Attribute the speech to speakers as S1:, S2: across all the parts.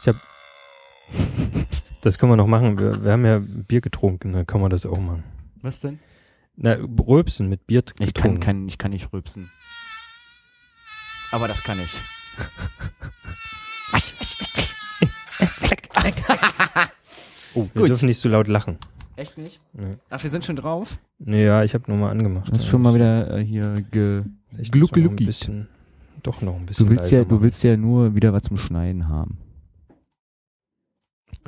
S1: Ich habe. Das können wir noch machen. Wir, wir haben ja Bier getrunken, dann kann man das auch machen.
S2: Was denn?
S1: Na, Röpsen mit Bier getrunken.
S2: Ich kann, kann, ich kann nicht rübsen. Aber das kann ich. Wasch, wasch,
S1: oh, wir
S2: gut.
S1: dürfen nicht so laut lachen.
S2: Echt nicht?
S1: Nee.
S2: Ach, wir sind schon drauf.
S1: Naja, ich habe nur mal angemacht.
S2: Du hast schon mal wieder äh, hier ge.
S1: Vielleicht muss
S2: gluck,
S1: man noch ein
S2: gluckig.
S1: bisschen- Doch noch ein bisschen.
S2: Du willst
S1: leiser
S2: ja, du
S1: machen.
S2: willst ja nur wieder was zum Schneiden haben.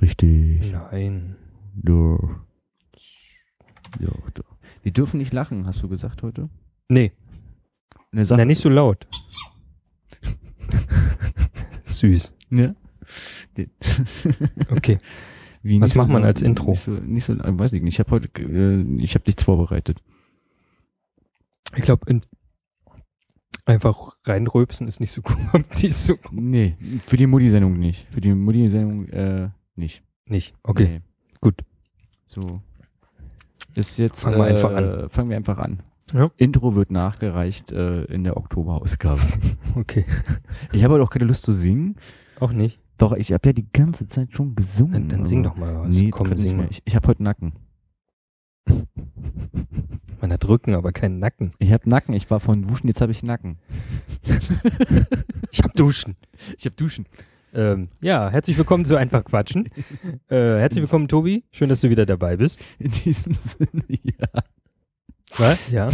S2: Richtig.
S1: Nein.
S2: Ja. Ja, doch. Wir dürfen nicht lachen, hast du gesagt heute?
S1: Nee,
S2: Ne, sag,
S1: na, nicht so laut. Süß.
S2: Ne? Die-
S1: Okay.
S2: Wie
S1: Was
S2: nicht so
S1: macht man
S2: laut,
S1: als Intro?
S2: Nicht so, nicht so, äh, weiß ich nicht. Ich habe heute, äh, ich habe nichts vorbereitet.
S1: Ich glaube, einfach reinröpsen ist nicht so gut. Die ist so
S2: Nee, für die Mutti-Sendung nicht. Für die Mutti-Sendung äh, nicht.
S1: nicht. Okay.
S2: Nee.
S1: gut.
S2: So. Ist jetzt.
S1: Fangen wir einfach
S2: äh, Fangen wir einfach an.
S1: Ja.
S2: Intro wird nachgereicht äh, in der Oktoberausgabe.
S1: Okay.
S2: ich habe halt auch keine Lust zu singen.
S1: Auch nicht.
S2: Doch, ich habe ja die ganze Zeit schon
S1: Dann,
S2: gesungen.
S1: dann
S2: aber-
S1: sing doch mal was.
S2: Nee,
S1: Komm,
S2: sing
S1: sing
S2: mehr.
S1: mal.
S2: Ich, ich habe heute Nacken.
S1: Man hat Rücken, aber keinen Nacken.
S2: Ich habe Nacken. Ich war von Wuschen, jetzt habe ich Nacken.
S1: Ich hab Duschen.
S2: Ich habe Duschen.
S1: Ähm, ja, herzlich willkommen zu Einfach Quatschen. Äh, herzlich willkommen, Tobi. Schön, dass du wieder dabei bist.
S2: In diesem Sinne, ja.
S1: Was? Ja.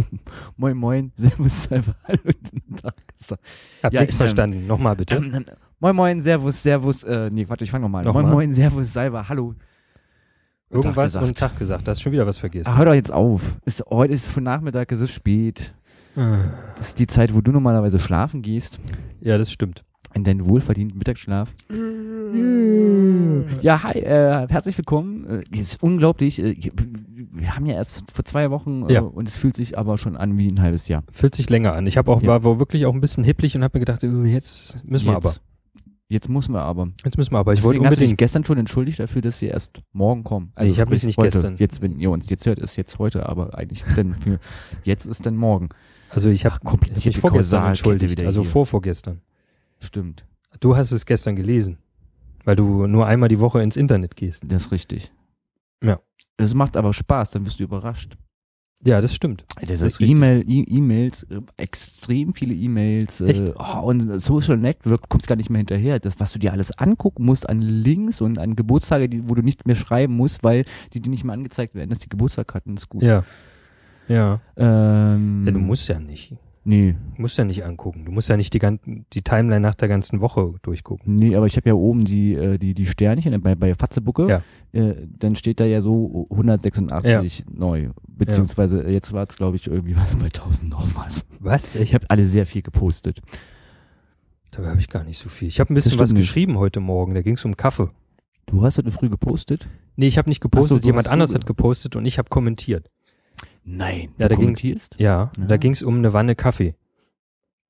S2: moin, moin, servus, Salve, hallo, guten Tag. So.
S1: Hab
S2: Ja,
S1: nichts
S2: ähm,
S1: verstanden. Nochmal bitte.
S2: Ähm, ähm, moin, moin, servus, servus, äh, nee, warte, ich fange nochmal an.
S1: Nochmal.
S2: Moin, moin, servus, Salve, hallo.
S1: Irgendwas
S2: Tag
S1: und
S2: gesagt.
S1: Tag gesagt. Da hast schon wieder was vergessen.
S2: Ah, hör doch jetzt auf. Ist, heute ist schon Nachmittag, es ist spät.
S1: Äh,
S2: Das ist die Zeit, wo du normalerweise schlafen gehst,
S1: Ja, das stimmt.
S2: in deinen wohlverdienten Mittagsschlaf. Ja, hi, äh, herzlich willkommen. Äh, es ist unglaublich. Äh, wir haben ja erst vor zwei Wochen äh,
S1: Ja.
S2: und es fühlt sich aber schon an wie ein halbes Jahr.
S1: Fühlt sich länger an. Ich hab auch,
S2: Ja.
S1: war, war wirklich auch ein bisschen hipplig und habe mir gedacht, äh, jetzt müssen wir
S2: jetzt,
S1: aber.
S2: Jetzt müssen wir aber.
S1: Jetzt müssen wir aber. Ich wollte
S2: Deswegen hast du dich
S1: unbedingt.
S2: gestern schon entschuldigt dafür, dass wir erst morgen kommen.
S1: Nee, ich hab mich
S2: sprich,
S1: nicht
S2: heute.
S1: gestern.
S2: Jetzt, wenn ihr uns jetzt hört, ist jetzt heute, aber eigentlich dann für jetzt ist dann morgen.
S1: Also ich habe
S2: komplizierte
S1: mich vorgestern
S2: Kausalkette
S1: entschuldigt.
S2: wieder
S1: Also
S2: hier.
S1: vorvorgestern.
S2: Stimmt,
S1: Du hast es gestern gelesen, weil du nur einmal die Woche ins Internet gehst.
S2: das ist richtig.
S1: Ja.
S2: Das macht aber Spaß, dann wirst du überrascht.
S1: Ja, das stimmt.
S2: Also
S1: ist richtig.
S2: E-Mail, E- E-Mails, äh, extrem viele E-Mails
S1: Echt?
S2: äh, oh, und Social Network, du kommst gar nicht mehr hinterher. Das, was du dir alles angucken musst an Links und an Geburtstage, die, wo du nicht mehr schreiben musst, weil die dir nicht mehr angezeigt werden, dass die Geburtstag hatten, ist gut.
S1: Ja. Ja.
S2: Ähm,
S1: ja. Du musst ja nicht.
S2: Nee,
S1: Du musst ja nicht angucken. Du musst ja nicht die, ganzen, die Timeline nach der ganzen Woche durchgucken.
S2: Nee, aber ich habe ja oben die, äh, die, die Sternchen bei, bei Fatzebucke.
S1: Ja.
S2: Äh, dann steht da ja so 186 neu. Beziehungsweise äh, jetzt war es, glaube ich, irgendwie was bei 1000 noch was.
S1: Was?
S2: Ich habe alle sehr viel gepostet.
S1: Dabei habe ich gar nicht so viel. Ich habe ein bisschen
S2: stimmt
S1: was
S2: nicht.
S1: geschrieben heute Morgen. Da ging es um Kaffee.
S2: Du hast heute früh gepostet?
S1: Nee, ich habe nicht
S2: Ach so,
S1: gepostet.
S2: du
S1: Jemand
S2: hast
S1: anders
S2: zuge-
S1: hat gepostet und ich habe kommentiert.
S2: Nein.
S1: Ja,
S2: du
S1: da ging's-
S2: kommentierst?
S1: Ja,
S2: Ja.
S1: da ging es um eine Wanne Kaffee.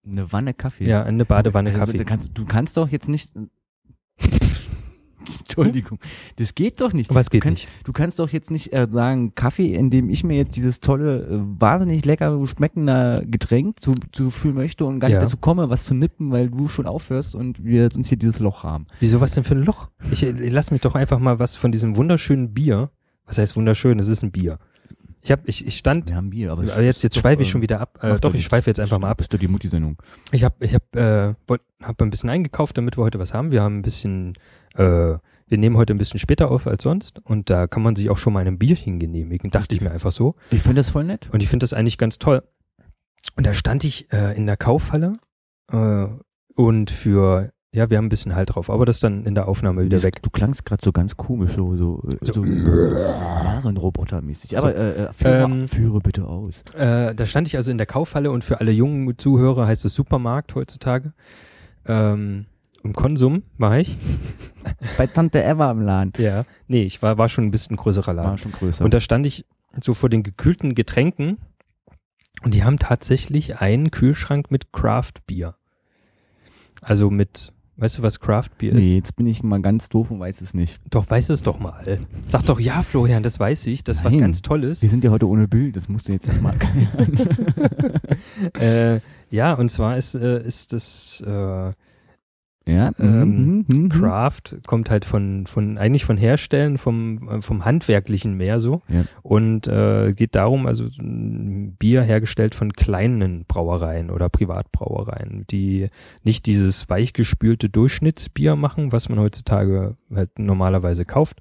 S2: Eine Wanne Kaffee.
S1: Ja, eine Badewanne
S2: Also,
S1: Kaffee.
S2: da kannst, du kannst doch jetzt nicht. Entschuldigung. Das geht doch nicht.
S1: Was
S2: du
S1: geht
S2: kannst,
S1: nicht?
S2: Du kannst doch jetzt nicht äh, sagen, Kaffee, in dem ich mir jetzt dieses tolle, äh, wahnsinnig lecker schmeckende Getränk zu, zu fühlen möchte und gar
S1: Ja.
S2: nicht dazu komme, was zu nippen, weil du schon aufhörst und wir uns hier dieses Loch haben.
S1: Wieso was denn für ein Loch? Ich äh, lass mich doch einfach mal was von diesem wunderschönen Bier. Was heißt wunderschön? Es ist ein Bier. Ich hab, ich, ich stand.
S2: Wir haben Bier, aber, ähm,
S1: Aber jetzt, jetzt schweife ich schon wieder ab. Äh, doch, ich schweife jetzt einfach mal ab.
S2: Bist du die Mutti-Sendung?
S1: Ich habe ich hab, äh, wollt, hab ein bisschen eingekauft, damit wir heute was haben. Wir haben ein bisschen, äh, wir nehmen heute ein bisschen später auf als sonst und da kann man sich auch schon mal ein Bierchen genehmigen, dachte ich mir einfach so.
S2: Ich finde das voll nett.
S1: Und ich finde das eigentlich ganz toll. Und da stand ich äh, in der Kaufhalle äh, und für, ja, wir haben ein bisschen Halt drauf, aber das dann in der Aufnahme wieder
S2: Du-
S1: weg.
S2: Du klangst gerade so ganz komisch, so, so, äh,
S1: So.
S2: so, ja, so ein Robotermäßig. Aber
S1: So.
S2: äh, äh, führe,
S1: Ähm.
S2: führe bitte aus.
S1: Äh, da stand ich also in der Kaufhalle und für alle jungen Zuhörer heißt es Supermarkt heutzutage. Ähm, Im Konsum war ich.
S2: Bei Tante Eva im Laden.
S1: Ja. Nee, ich war, war schon ein bisschen größerer Laden.
S2: War schon größer.
S1: Und da stand ich so vor den gekühlten Getränken und die haben tatsächlich einen Kühlschrank mit Craft Bier. Also mit, weißt du, was Craft Bier
S2: nee,
S1: ist?
S2: jetzt bin ich mal ganz doof und weiß es nicht.
S1: Doch, weiß es doch mal. Sag doch, ja, Florian, das weiß ich, das ist was
S2: Nein.
S1: ganz Tolles.
S2: Wir sind ja heute ohne Bild, das musst du jetzt erstmal
S1: äh, ja, und zwar ist, äh, ist das äh,
S2: Ja.
S1: Ähm,
S2: mhm, mhm, mhm.
S1: Craft kommt halt von, von eigentlich von Herstellen, vom, äh, vom Handwerklichen mehr so.
S2: Ja.
S1: Und äh, geht darum, also m, Bier hergestellt von kleinen Brauereien oder Privatbrauereien, die nicht dieses weichgespülte Durchschnittsbier machen, was man heutzutage halt normalerweise kauft,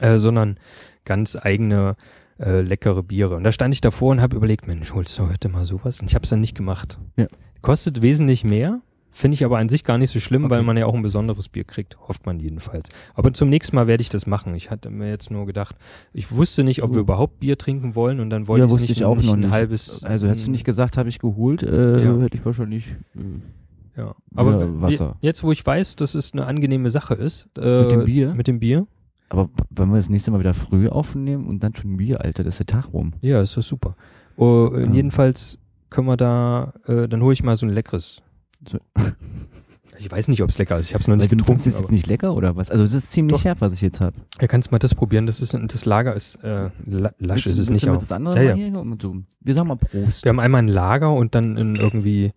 S1: äh, sondern ganz eigene äh, leckere Biere. Und da stand ich davor und habe überlegt, Mensch, holst du heute mal sowas? Und ich habe es dann nicht gemacht.
S2: Ja.
S1: Kostet wesentlich mehr, finde ich aber an sich gar nicht so schlimm, weil
S2: Okay.
S1: man ja auch ein besonderes Bier kriegt, hofft man jedenfalls. Aber zum nächsten Mal werde ich das machen. Ich hatte mir jetzt nur gedacht, ich wusste nicht, ob wir überhaupt Bier trinken wollen und dann wollte
S2: Oh. Ja,
S1: ich's
S2: wusste
S1: nicht,
S2: ich auch
S1: nicht
S2: noch
S1: ein
S2: nicht.
S1: halbes. hm,
S2: Also hättest du nicht gesagt, habe ich geholt, äh,
S1: Ja.
S2: hätte ich wahrscheinlich. Äh,
S1: Ja. Aber
S2: Ja, Wasser.
S1: jetzt, wo ich weiß, dass es eine angenehme Sache ist, äh,
S2: Mit dem Bier?
S1: mit dem Bier,
S2: aber wenn wir das nächste Mal wieder früh aufnehmen und dann schon Bier, Alter, das ist der Tag rum.
S1: ja, ist doch super. Oh, äh,
S2: Ja.
S1: Jedenfalls können wir da, äh, dann hole ich mal so ein leckeres.
S2: So-
S1: Ich weiß nicht, ob es lecker ist. Ich habe es noch
S2: Weil
S1: nicht
S2: du
S1: getrunken.
S2: findest es jetzt nicht lecker oder was? Also das ist ziemlich
S1: Doch.
S2: herb, was ich jetzt habe.
S1: Ja, kannst mal das probieren. Das, ist, das Lager ist, äh, la- lasch ist es nicht.
S2: aber.
S1: Auch.
S2: Das andere
S1: Ja,
S2: mal
S1: ja.
S2: hier und so. Wir sagen mal Prost.
S1: Wir haben einmal ein Lager und dann in irgendwie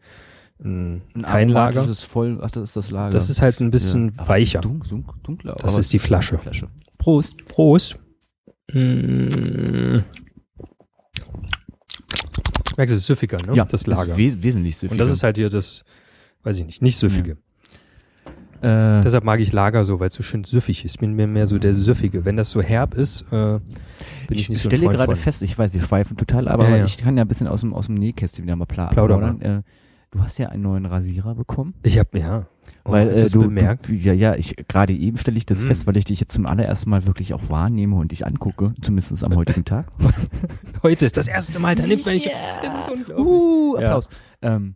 S1: ein, kein Lager.
S2: aromatisches Voll, ach, das ist das Lager.
S1: Das ist halt ein bisschen
S2: Ja. Aber es ist
S1: weicher.
S2: Dunk, dunk, dunkler.
S1: Das
S2: aber
S1: ist die
S2: es
S1: Flasche.
S2: Flasche. Prost.
S1: Prost. Mm. Merkst du, es ist süffiger, ne?
S2: Ja,
S1: das Lager.
S2: Ist wes wesentlich süffiger.
S1: und das ist halt hier das, weiß ich nicht, nicht süffige.
S2: äh,
S1: Deshalb mag ich Lager so, weil es so schön süffig ist. Bin mir mehr so der süffige. Wenn das so herb ist, äh, bin Mhm. ich,
S2: ich
S1: nicht so ein
S2: stelle
S1: Freund
S2: gerade
S1: von.
S2: fest, ich weiß, wir schweifen total, aber
S1: Ja, ja.
S2: ich kann ja ein bisschen aus dem, aus dem Nähkästchen wieder mal pla-
S1: Plauder
S2: plaudern. Äh, du hast ja einen neuen Rasierer bekommen.
S1: Ich habe ja. Oh,
S2: weil
S1: hast
S2: äh,
S1: du's
S2: du
S1: bemerkt.
S2: Du, ja, ja, ich gerade eben stelle ich das
S1: Hm.
S2: fest, weil ich dich jetzt zum allerersten Mal wirklich auch wahrnehme und dich angucke, zumindest am heutigen Tag.
S1: Heute ist das erste Mal, da nimmt man mich.
S2: Yeah.
S1: Das ist unglaublich.
S2: Uh,
S1: Ja.
S2: Applaus. Ähm,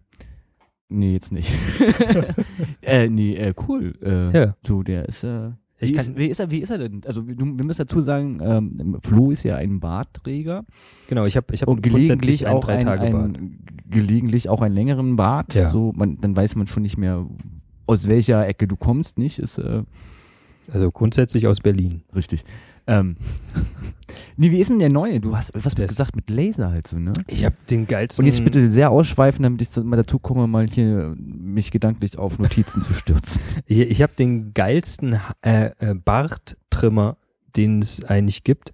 S2: nee, jetzt nicht. äh, nee, äh, cool. Äh,
S1: Ja.
S2: So, der ist, äh,
S1: Ich
S2: wie,
S1: kann-
S2: ist, wie, ist er, wie ist er denn? Also wir, du- wir müssen dazu sagen, ähm, Flo ist ja ein Bartträger
S1: Genau, ich habe ich hab
S2: und gelegentlich
S1: grundsätzlich einen
S2: auch ein,
S1: Drei-Tage-Bad.
S2: ein, gelegentlich auch einen längeren Bart.
S1: Ja.
S2: So, man, dann weiß man schon nicht mehr, aus welcher Ecke du kommst, nicht? Ist äh,
S1: Also grundsätzlich aus Berlin.
S2: richtig. Ähm, nee, wie ist denn der neue? Du hast was
S1: Der ist-
S2: gesagt mit Laser halt so, ne?
S1: Ich habe den geilsten.
S2: Und jetzt bitte sehr ausschweifen, damit ich so mal dazu komme, mal hier mich gedanklich auf Notizen zu stürzen.
S1: Ich, ich habe den geilsten Ha- äh, äh, Barttrimmer, den es eigentlich gibt.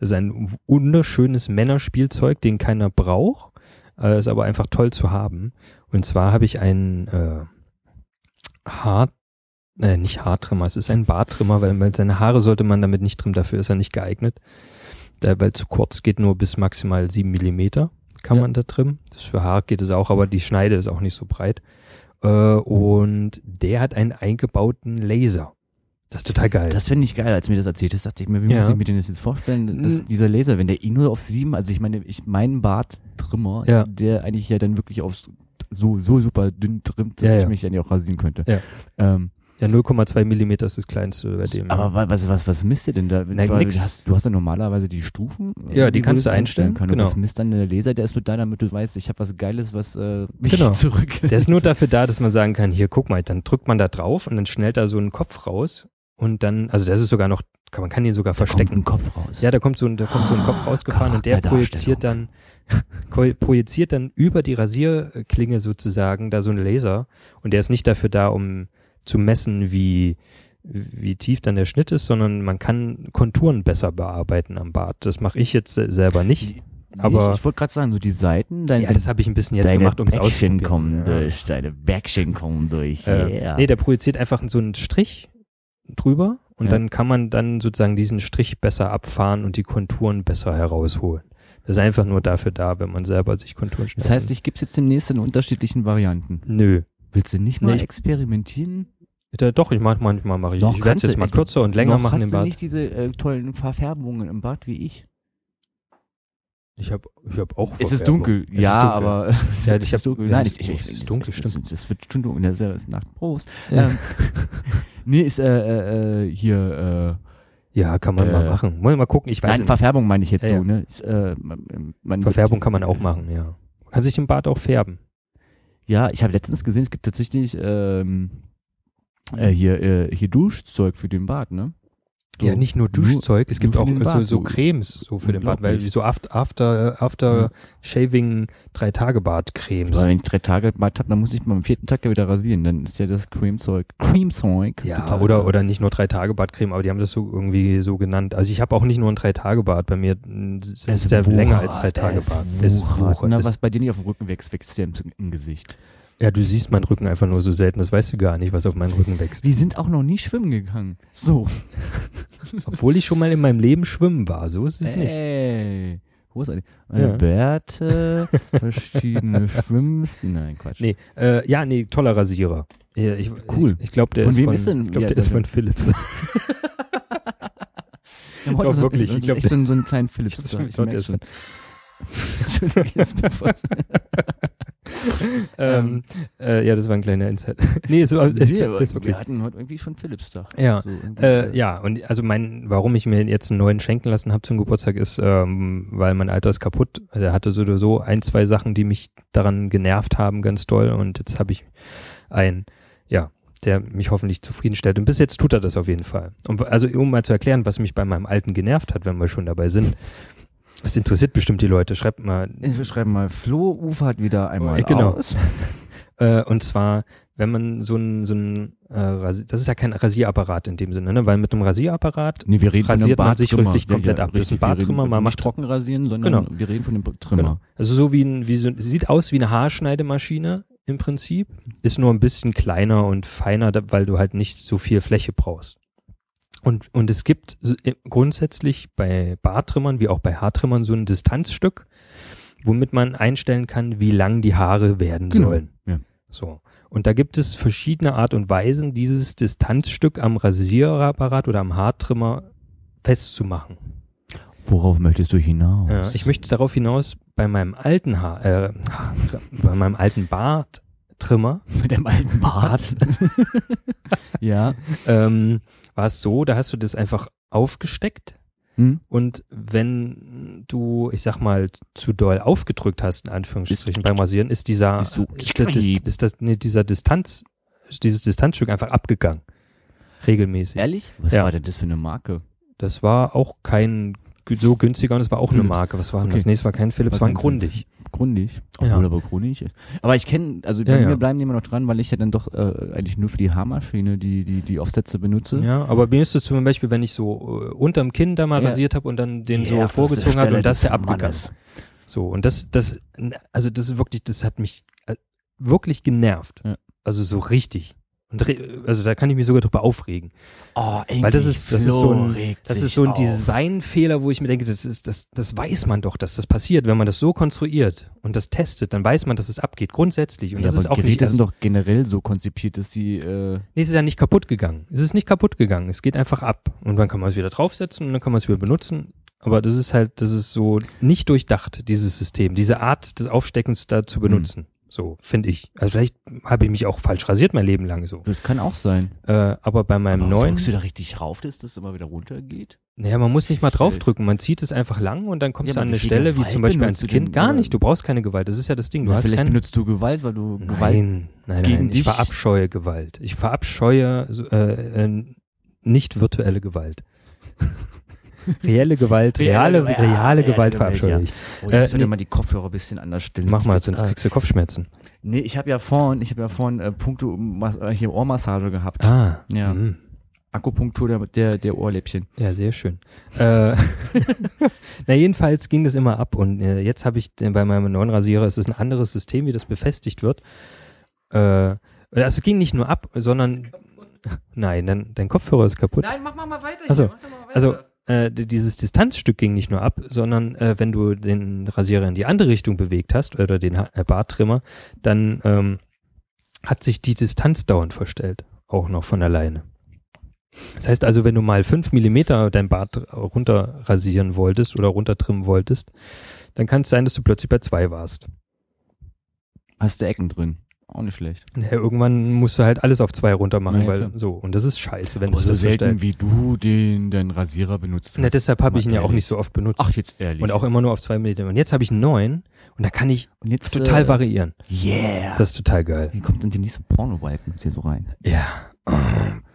S1: Das ist ein wunderschönes Männerspielzeug, den keiner braucht, äh, ist aber einfach toll zu haben. Und zwar habe ich einen äh, Haar, äh, nicht Haartrimmer, es ist ein Barttrimmer, weil, weil seine Haare sollte man damit nicht trimmen, dafür ist er nicht geeignet. Da, weil zu kurz geht nur bis maximal sieben Millimeter kann
S2: Ja.
S1: man da trimmen. Das für Haar geht es auch, aber die Schneide ist auch nicht so breit. Äh, und der hat einen eingebauten Laser. Das ist total geil.
S2: Das finde ich geil. Als du mir das erzählt hast, dachte ich mir, wie
S1: Ja.
S2: muss ich mir denn das jetzt vorstellen? Dass
S1: N-
S2: dieser Laser, wenn der eh nur auf sieben, also ich meine, ich mein Barttrimmer,
S1: Ja.
S2: der eigentlich ja dann wirklich auf so, so super dünn trimmt, dass
S1: Ja,
S2: ich
S1: ja.
S2: mich dann ja auch rasieren könnte.
S1: Ja.
S2: Ähm,
S1: ja, 0,2 Millimeter ist das kleinste bei dem.
S2: aber wa- was, was, was misst ihr denn da?
S1: Nein,
S2: Weil
S1: nix.
S2: du, hast, du hast ja normalerweise die Stufen. äh,
S1: Ja, die kannst
S2: das
S1: du einstellen,
S2: Kann.
S1: genau.
S2: Und das misst dann der Laser, der ist nur da, damit du weißt, ich habe was Geiles, was äh, mich
S1: Genau.
S2: zurück.
S1: der ist nur dafür da, dass man sagen kann, hier, guck mal, dann drückt man da drauf und dann schnellt da so ein Kopf raus. Und dann, also das ist sogar noch, kann, man kann ihn sogar
S2: Kommt Ah,
S1: verstecken.
S2: ein Kopf raus.
S1: Ja, da kommt so ein, da kommt so ein Kopf rausgefahren und der projiziert dann, ko- projiziert dann über die Rasierklinge sozusagen da so einen Laser und der ist nicht dafür da, um zu messen, wie, wie tief dann der Schnitt ist, sondern man kann Konturen besser bearbeiten am Bart. Das mache ich jetzt se- selber nicht. aber-
S2: ich, ich wollte gerade sagen, so die Seiten, dein,
S1: Ja, das habe ich ein bisschen jetzt
S2: deine
S1: gemacht, um es
S2: Bäckchen
S1: auszuprobieren.
S2: kommen
S1: Ja.
S2: durch, deine Bäckchen kommen durch.
S1: Äh,
S2: yeah.
S1: Nee, der projiziert einfach so einen Strich drüber und
S2: Ja.
S1: dann kann man dann sozusagen diesen Strich besser abfahren und die Konturen besser herausholen. Das ist einfach nur dafür da, wenn man selber sich Konturen schneidet.
S2: das heißt, ich gib's jetzt demnächst in unterschiedlichen Varianten.
S1: Nö.
S2: Willst du nicht mal
S1: Nee, ich-
S2: experimentieren?
S1: Da, doch, ich mach, manchmal mache ich.
S2: Doch,
S1: ich werde
S2: kannst
S1: jetzt
S2: du,
S1: mal
S2: ey,
S1: kürzer und länger
S2: Noch
S1: machen
S2: hast
S1: im
S2: du
S1: Bad.
S2: nicht diese äh, tollen Verfärbungen im Bart wie ich?
S1: Ich habe ich hab auch
S2: Es ist
S1: Verfärbung.
S2: dunkel,
S1: Es
S2: ja,
S1: ist dunkel.
S2: aber es
S1: Ja, ich hab-
S2: ist dunkel.
S1: ja,
S2: Nein,
S1: es
S2: ich, ich, ich,
S1: ist dunkel,
S2: das,
S1: stimmt.
S2: Das, das wird schon dunkel in der Nacht. Prost.
S1: Ja.
S2: Ähm, nee, ist äh, äh, äh, hier äh,
S1: Ja, kann man
S2: Äh,
S1: mal machen. Wollen wir mal gucken. Ich weiß
S2: Nein,
S1: nicht.
S2: Verfärbung meine ich jetzt
S1: Ja, ja.
S2: so, ne? Ist, äh, man, man
S1: Verfärbung kann man auch machen, ja. Man kann sich den Bart auch färben.
S2: Ja, ich habe letztens gesehen, es gibt tatsächlich ähm, äh, hier, äh, hier Duschzeug für den Bart, ne?
S1: Ja, nicht nur Duschzeug, es
S2: nur
S1: gibt
S2: für
S1: auch
S2: den
S1: so,
S2: Bart,
S1: so
S2: so
S1: Cremes so für den Bart, weil
S2: unglaublich.
S1: so after, after, after Shaving drei Tage Bart Cremes.
S2: Weil wenn ich drei Tage Bart habe, dann muss ich mal am vierten Tag ja wieder rasieren. Dann ist ja das Cremezeug. Cremezeug.
S1: Ja,
S2: total-
S1: oder, oder nicht nur drei Tage Bartcreme, aber die haben das so irgendwie so genannt. Also ich habe auch nicht nur ein drei Tage Bart, bei mir mm, ist
S2: Es
S1: der länger
S2: wuchert,
S1: als drei Tage Bart.
S2: Es wuchert.
S1: wuchert,
S2: Na,
S1: es-
S2: was bei dir nicht auf dem Rücken wächst, wächst dir im, im Gesicht.
S1: ja, du siehst meinen Rücken einfach nur so selten, das weißt du gar nicht, was auf meinen Rücken wächst.
S2: Wir sind auch noch nie schwimmen gegangen. So.
S1: Obwohl ich schon mal in meinem Leben schwimmen war, so ist es nicht.
S2: Ey. Großartig.
S1: Ja.
S2: Eine Bärte, verschiedene Schwimms... Nein, Quatsch.
S1: Nee, äh, ja, nee, toller Rasierer. Ja, Ich,
S2: Cool.
S1: Ich, ich glaube, der
S2: Von
S1: ist
S2: wem
S1: von,
S2: ist denn-
S1: ich glaub,
S2: ja,
S1: der ist
S2: der-
S1: von Philips.
S2: Wir haben
S1: glaub
S2: heute so-
S1: wirklich, ich
S2: echt
S1: glaub,
S2: so, einen- so einen kleinen Philips.
S1: Ich
S2: da,
S1: glaub,
S2: ich
S1: der
S2: merk
S1: ist
S2: schon. Entschuldigung, jetzt bevor-
S1: ähm, äh, ja, das war ein kleiner Insight. nee, so, äh, ich glaub,
S2: wir,
S1: das ist wirklich.
S2: wir hatten heute irgendwie schon Philips-Tag.
S1: Ja.
S2: So irgendwie-
S1: Äh, ja, und also mein, warum ich mir jetzt einen neuen schenken lassen habe zum Geburtstag, ist, ähm, weil mein Alter ist kaputt. Der hatte so oder so ein, zwei Sachen, die mich daran genervt haben, ganz doll. Und jetzt habe ich einen, ja, der mich hoffentlich zufriedenstellt. Und bis jetzt tut er das auf jeden Fall. Und w- also um mal zu erklären, was mich bei meinem Alten genervt hat, wenn wir schon dabei sind. Das interessiert bestimmt die Leute. Schreibt mal
S2: Wir schreiben mal, Flo ufert wieder einmal
S1: Äh, genau.
S2: aus.
S1: Äh, und zwar, wenn man so ein, so ein äh, Rasi das ist ja kein Rasierapparat in dem Sinne, ne? weil mit einem Rasierapparat,
S2: Nee, wir reden
S1: Rasiert
S2: von
S1: man
S2: einem
S1: sich
S2: Bartrimmer.
S1: wirklich komplett ab. Das ist ein
S2: richtig. Wir
S1: Bartrimmer,
S2: reden
S1: man
S2: nicht
S1: macht-
S2: trocken rasieren, sondern wir reden von dem Trimmer.
S1: genau. also so wie, ein, wie so, sieht aus wie eine Haarschneidemaschine im Prinzip, ist nur ein bisschen kleiner und feiner, da, weil du halt nicht so viel Fläche brauchst. Und, und es gibt so- äh, grundsätzlich bei Bartrimmern wie auch bei Haartrimmern so ein Distanzstück, womit man einstellen kann, wie lang die Haare werden
S2: Genau,
S1: sollen.
S2: ja.
S1: So. Und da gibt es verschiedene Art und Weisen, dieses Distanzstück am Rasierapparat oder am Haartrimmer festzumachen.
S2: Worauf möchtest du hinaus?
S1: Ja, ich möchte darauf hinaus, bei meinem alten Haar, äh, bei meinem alten Barttrimmer
S2: mit dem alten Bart. ja.
S1: ähm, war es so, da hast du das einfach aufgesteckt
S2: Hm?
S1: und wenn du, ich sag mal, zu doll aufgedrückt hast, in Anführungsstrichen beim Rasieren, ist dieser,
S2: Ist so-
S1: ist das, ist das, nee, dieser Distanz, dieses Distanzstück einfach abgegangen. Regelmäßig.
S2: Ehrlich? Was
S1: Ja.
S2: war denn das für eine Marke?
S1: Das war auch kein gü- so günstiger und es war auch eine
S2: Philips.
S1: Marke. Was war denn
S2: Okay.
S1: das? Nee, es war kein Philips,
S2: War
S1: war ein
S2: kein
S1: Grundig.
S2: Grundig. Obwohl
S1: Ja.
S2: aber Grundig ist. Aber ich kenne, also bei
S1: Ja,
S2: mir
S1: ja.
S2: bleiben die immer noch dran, weil ich ja dann doch äh, eigentlich nur für die Haarmaschine die, die, die Aufsätze benutze.
S1: Ja, aber mir ist es zum Beispiel, wenn ich so äh, unterm Kinn da mal
S2: Ja.
S1: rasiert habe und dann den
S2: Ja,
S1: so
S2: auf der
S1: vorgezogen habe
S2: Stelle
S1: und das ist
S2: des
S1: ja abgegangen.
S2: Mannes.
S1: So, und das, das, also das ist wirklich, das hat mich äh, wirklich genervt.
S2: Ja.
S1: Also so richtig. Und re- also da kann ich mich sogar drüber aufregen.
S2: Oh, endlich.
S1: Weil das ist, das ist so
S2: Flo
S1: ein,
S2: regt
S1: das
S2: sich
S1: ist so ein
S2: auf.
S1: Designfehler, wo ich mir denke, das ist, das, das weiß man doch, dass das passiert. Wenn man das so konstruiert und das testet, dann weiß man, dass es abgeht, grundsätzlich. Und
S2: Ja,
S1: das
S2: aber
S1: ist auch
S2: Geräte
S1: nicht,
S2: sind
S1: also,
S2: doch generell so konzipiert, dass sie äh,
S1: nee, es ist ja nicht kaputt gegangen. Es ist nicht kaputt gegangen. Es geht einfach ab. Und dann kann man es wieder draufsetzen und dann kann man es wieder benutzen. Aber das ist halt, das ist so nicht durchdacht, dieses System, diese Art des Aufsteckens da
S2: Hm.
S1: zu benutzen. So, finde ich. Also vielleicht habe ich mich auch falsch rasiert mein Leben lang so.
S2: Das kann auch sein.
S1: Äh, aber bei meinem
S2: Aber
S1: neuen.
S2: Drückst du da richtig rauf, dass das immer wieder runtergeht?
S1: Naja, man muss nicht mal
S2: Schwierig.
S1: draufdrücken, man zieht es einfach lang und dann kommst
S2: Ja,
S1: du
S2: aber
S1: an
S2: wie
S1: eine
S2: viel
S1: Stelle, wie
S2: Gewalt
S1: zum Beispiel
S2: benutzt
S1: ans
S2: du
S1: Kind.
S2: denn,
S1: Gar
S2: oder?
S1: nicht, du brauchst keine Gewalt, das ist ja das Ding, du
S2: Na,
S1: hast
S2: vielleicht
S1: keine
S2: benutzt du Gewalt, weil du Gewalt.
S1: Nein, nein,
S2: gegen
S1: nein, ich
S2: dich?
S1: verabscheue Gewalt. Ich verabscheue so, äh, äh, nicht virtuelle Gewalt. Reelle Gewalt, reale,
S2: Reelle-
S1: reale,
S2: ja, reelle
S1: Gewalt
S2: Gewalt,
S1: verabscheue
S2: ja.
S1: ich.
S2: Oh, ich
S1: Äh,
S2: muss heute
S1: nee.
S2: mal die Kopfhörer ein bisschen anders stellen.
S1: Mach mal,
S2: Das-
S1: sonst
S2: ah,
S1: kriegst du Kopfschmerzen.
S2: Nee, ich habe ja vorhin, ich habe ja vorhin äh, Punkto, Mas- äh, hier Ohrmassage gehabt.
S1: Ah,
S2: Ja.
S1: mhm.
S2: Akupunktur der, der, der Ohrläppchen.
S1: Ja, sehr schön. äh, na, jedenfalls ging das immer ab und äh, jetzt habe ich den- bei meinem neuen Rasierer, es ist ein anderes System, wie das befestigt wird. Äh, also es ging nicht nur ab, sondern nein, dein, dein Kopfhörer ist kaputt.
S3: Nein, mach mal, mal weiter.
S1: Also,
S3: hier, mach doch mal weiter.
S1: Also äh, d- dieses Distanzstück ging nicht nur ab, sondern äh, wenn du den Rasierer in die andere Richtung bewegt hast oder den ha äh, Barttrimmer, dann ähm, hat sich die Distanz dauernd verstellt, auch noch von alleine. Das heißt also, wenn du mal fünf Millimeter dein Bart r- runterrasieren wolltest oder runtertrimmen wolltest, dann kann es sein, dass du plötzlich bei zwei warst.
S2: Hast du Ecken drin. Auch nicht schlecht.
S1: Naja, irgendwann musst du halt alles auf zwei runter machen,
S2: Na ja,
S1: weil
S2: klar.
S1: so. Und das ist scheiße, wenn
S2: Aber
S1: es
S2: so
S1: das
S2: selten,
S1: verstellt.
S2: wie du den, deinen Rasierer benutzt
S1: Na,
S2: hast.
S1: deshalb habe ich ihn
S2: Mal
S1: ja auch
S2: ehrlich.
S1: nicht so oft benutzt.
S2: Ach, jetzt ehrlich.
S1: Und auch immer nur auf zwei Millimeter. Und jetzt habe ich einen neuen und da kann ich
S2: Und jetzt,
S1: total
S2: äh,
S1: variieren.
S2: Yeah.
S1: Das ist total geil.
S2: Hier kommt dann die nächste Porno-Balken Hm. hier so rein.
S1: Ja.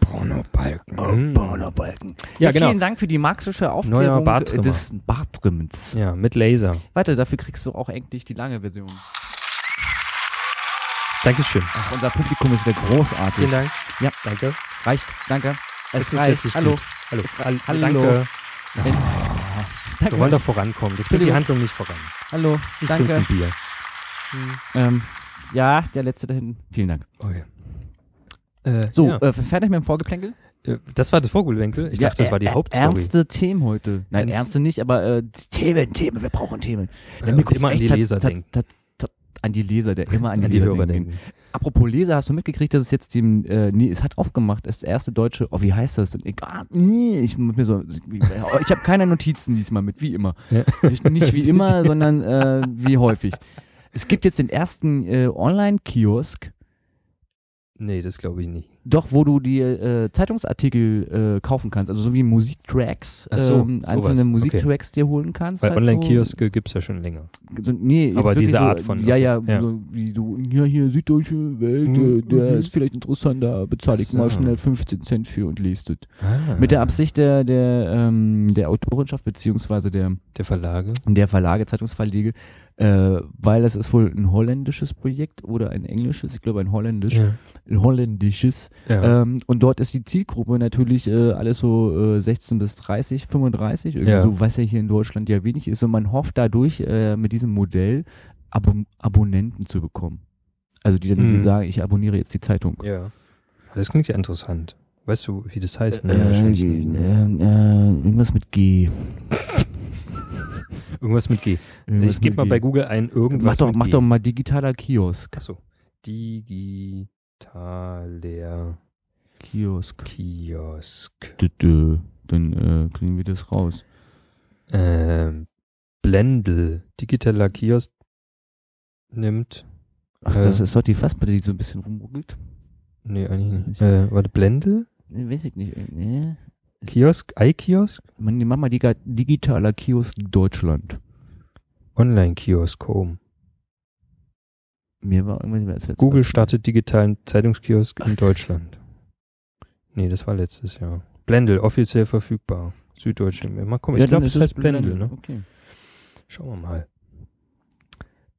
S1: Porno-Balken. Mm.
S2: Bauerbalken.
S1: Ja, genau.
S2: Oh, Vielen Dank für die marxische Aufklärung äh,
S1: Bartrimmer.
S2: des Bartrimmens.
S1: Ja, mit Laser.
S2: Warte, dafür kriegst du auch endlich die lange Version.
S1: Dankeschön.
S2: Ach, unser Publikum ist wieder großartig.
S1: Vielen Dank.
S2: Ja.
S1: danke.
S2: Reicht, danke. Es
S1: ist-
S2: reicht.
S1: jetzt ist
S2: Hallo.
S1: gut. Hallo.
S2: Hallo.
S1: Danke.
S2: Danke.
S1: Wir wollen doch vorankommen. Das bringt die Handlung nicht voran.
S2: Hallo.
S1: Ich trinke
S2: danke.
S1: ein Bier.
S2: Ähm, ja, der letzte da hinten. Vielen Dank.
S1: Okay. Äh,
S2: So,
S1: ja.
S2: äh, fertig mit dem Vorgeplänkel?
S1: Äh, das war das Vorgelenkel. Ich dachte, das war die
S2: äh,
S1: Hauptstory.
S2: Ernste Themen heute. Nein,
S1: Ernst-
S2: ernste nicht, aber äh, Themen, Themen, wir brauchen Themen.
S1: Äh, und immer an die Leser denken.
S2: An die Leser, der immer an die,
S1: An die
S2: Leser
S1: Hörer
S2: denken.
S1: denken.
S2: Apropos Leser, hast du mitgekriegt, dass es jetzt dem, äh, nee, es hat aufgemacht, das erste deutsche, oh, wie heißt das denn? Egal, nee, ich muss mir so, ich habe keine Notizen diesmal mit, wie immer.
S1: Ja.
S2: Nicht- Nicht wie immer, sondern äh, wie häufig. Es gibt jetzt den ersten äh, Online-Kiosk,
S1: Nee, das glaube ich nicht.
S2: doch, wo du die äh, Zeitungsartikel äh, kaufen kannst, also so wie Musiktracks,
S1: Ach so,
S2: ähm,
S1: sowas,
S2: einzelne
S1: okay.
S2: Musiktracks dir holen kannst.
S1: Weil
S2: halt so.
S1: Online-Kioske gibt's gibt es ja schon länger.
S2: so, nee, jetzt
S1: Aber
S2: wirklich
S1: diese
S2: so,
S1: Art von-
S2: Ja, ja,
S1: ja.
S2: So, wie so, ja, hier, süddeutsche Welt, äh,
S1: Mhm. äh,
S2: der ist vielleicht interessant, da bezahle ich
S1: Ach so.
S2: mal schnell 15 Cent für und liest es.
S1: Ah,
S2: Mit der Absicht der, der, ähm, der Autorenschaft beziehungsweise der,
S1: der Verlage.
S2: der Verlage, Zeitungsverlege, äh, weil das ist wohl ein holländisches Projekt oder ein englisches, ich glaube ein holländisch,
S1: Ja.
S2: ein holländisches.
S1: Ja.
S2: Ähm, und dort ist die Zielgruppe natürlich äh, alles so äh, 16 bis 30, 35, irgendwie
S1: Ja.
S2: so, was ja hier in Deutschland ja wenig ist. Und man hofft dadurch äh, mit diesem Modell Abo Abonnenten zu bekommen. Also die dann
S1: Mhm.
S2: sagen, ich abonniere jetzt die Zeitung.
S1: ja. Das klingt ja interessant. Weißt du, wie das heißt?
S2: Äh,
S1: wahrscheinlich
S2: äh,
S1: nicht.
S2: äh, irgendwas mit G.
S1: Irgendwas mit G.
S2: Irgendwas
S1: ich gebe
S2: mit
S1: mal
S2: G.
S1: bei Google ein irgendwas
S2: Mach doch,
S1: mit
S2: mach
S1: G.
S2: doch mal digitaler Kiosk.
S1: Achso. Digitaler
S2: Kiosk.
S1: Kiosk.
S2: Dö, dö. Dann äh, kriegen wir das raus.
S1: Ähm, Blendl. Digitaler Kiosk nimmt.
S2: Ach,
S1: Äh.
S2: das ist doch die Fassplatte, die so ein bisschen rumruckelt.
S1: Nee, eigentlich nicht. Äh, warte, Blendl?
S2: Nee, weiß ich nicht. äh, ne? Nee.
S1: Kiosk? iKiosk?
S2: Man, mach mal diga- digitaler Kiosk Deutschland.
S1: Online-Kiosk oh. Home.
S2: Mir war irgendwie als letztes-
S1: Google startet digitalen Zeitungskiosk in Deutschland. Nee, das war letztes Jahr. Blendl, offiziell verfügbar. Süddeutsche. Mal gucken,
S2: Ja,
S1: ich glaube,
S2: dann
S1: es
S2: ist
S1: heißt Blendl, ne?
S2: Okay.
S1: Schauen wir mal.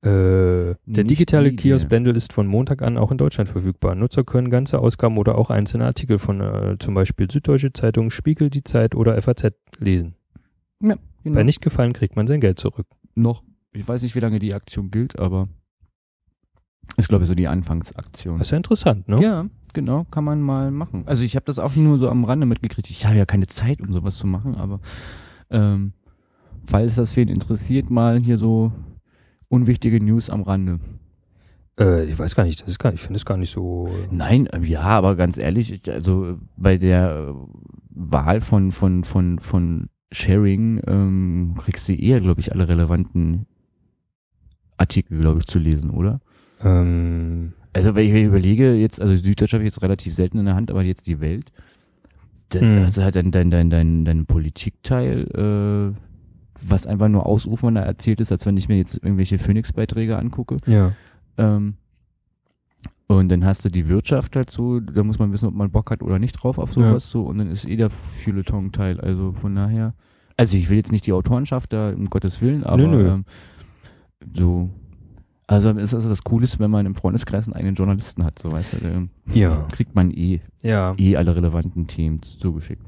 S1: Äh, der
S2: Nicht
S1: digitale
S2: die
S1: Kiosk
S2: Idee.
S1: Blendl ist von Montag an auch in Deutschland verfügbar. Nutzer können ganze Ausgaben oder auch einzelne Artikel von äh, zum Beispiel Süddeutsche Zeitung, Spiegel, Die Zeit oder FAZ lesen.
S2: Genau.
S1: Bei nicht gefallen kriegt man sein Geld zurück.
S2: noch. Ich weiß nicht, wie lange die Aktion gilt, aber ist glaube ich so die Anfangsaktion.
S1: Das ist ja interessant, ne?
S2: Ja, genau, kann man mal machen. Also ich habe das auch nur so am Rande mitgekriegt. Ich habe ja keine Zeit, um sowas zu machen, aber ähm, falls das wen interessiert, mal hier so unwichtige News am Rande.
S1: Äh, ich weiß gar nicht, das ist gar, ich finde es gar nicht so.
S2: Nein, ähm, ja, aber ganz ehrlich, ich- also äh, bei der äh, Wahl von, von, von, von Sharing ähm, kriegst du eher, glaube ich, alle relevanten Artikel, glaube ich, zu lesen, oder?
S1: Ähm,
S2: Also wenn ich, wenn ich überlege, jetzt, also Süddeutsch habe ich jetzt relativ selten in der Hand, aber jetzt die Welt, dann
S1: Hm.
S2: hast du halt dein, dein, dein, dein, dein Politikteil, äh, was einfach nur ausufernder erzählt ist, als wenn ich mir jetzt irgendwelche Phoenix-Beiträge angucke.
S1: ja.
S2: Ähm, und dann hast du die Wirtschaft dazu, da muss man wissen, ob man Bock hat oder nicht drauf auf sowas so und dann ist eh der Feuilleton Teil, also von daher. Also ich will jetzt nicht die Autorenschaft da, um Gottes Willen, aber
S1: nö.
S2: Ähm, so. Also es ist also das Coole, ist, wenn man im Freundeskreis einen eigenen Journalisten hat, so weißt du, dann
S1: Ja.
S2: kriegt man eh,
S1: Ja.
S2: eh alle relevanten Themen zugeschickt.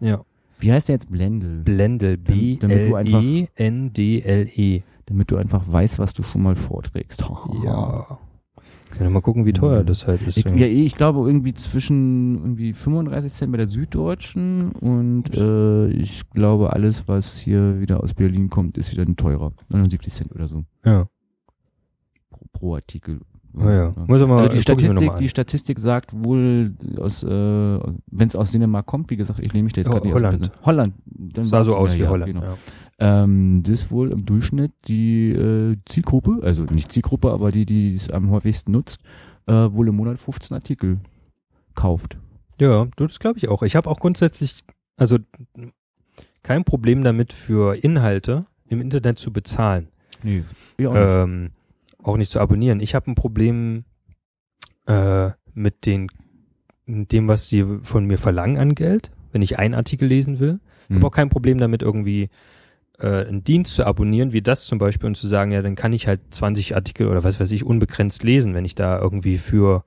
S1: Ja.
S2: Wie heißt der jetzt Blendel?
S1: Blendl.
S2: Damit- damit du einfach-
S1: B-L-E-N-D-L-E.
S2: Damit du einfach weißt, was du schon mal vorträgst.
S1: Ja. Ja, mal gucken, wie teuer das halt ist.
S2: Ich, ja, eh, ich glaube irgendwie zwischen irgendwie 35 Cent bei der Süddeutschen und äh, ich glaube alles, was hier wieder aus Berlin kommt, ist wieder ein teurer. 79 Cent oder so
S1: ja.
S2: pro, pro Artikel.
S1: Ah, ja. Muss aber
S2: Also die
S1: guck ich mir noch mal
S2: Statistik,
S1: an.
S2: die Statistik sagt wohl, aus, äh, wenn es aus Dänemark kommt, wie gesagt, ich nehme mich da jetzt
S1: Ho-
S2: gerade nicht aus dem
S1: Oh, Holland.
S2: Fenster. Holland. Dann
S1: sah
S2: war's-
S1: so aus
S2: ja,
S1: wie
S2: ja,
S1: Holland.
S2: genau.
S1: Ja.
S2: Ähm, das wohl im Durchschnitt die äh, Zielgruppe, also nicht Zielgruppe, aber die, die es am häufigsten nutzt, äh, wohl im Monat 15 Artikel kauft.
S1: Ja, du, das glaube ich auch. Ich habe auch grundsätzlich, also kein Problem damit für Inhalte im Internet zu bezahlen,
S2: Nee. Äh, Ja, auch nicht.
S1: ähm, auch nicht zu abonnieren. Ich habe ein Problem äh, mit den dem, was die von mir verlangen an Geld, wenn ich einen Artikel lesen will. Ich
S2: Hm.
S1: habe auch kein Problem damit, irgendwie äh, einen Dienst zu abonnieren, wie das zum Beispiel, und zu sagen, ja, dann kann ich halt 20 Artikel oder was weiß ich unbegrenzt lesen, wenn ich da irgendwie für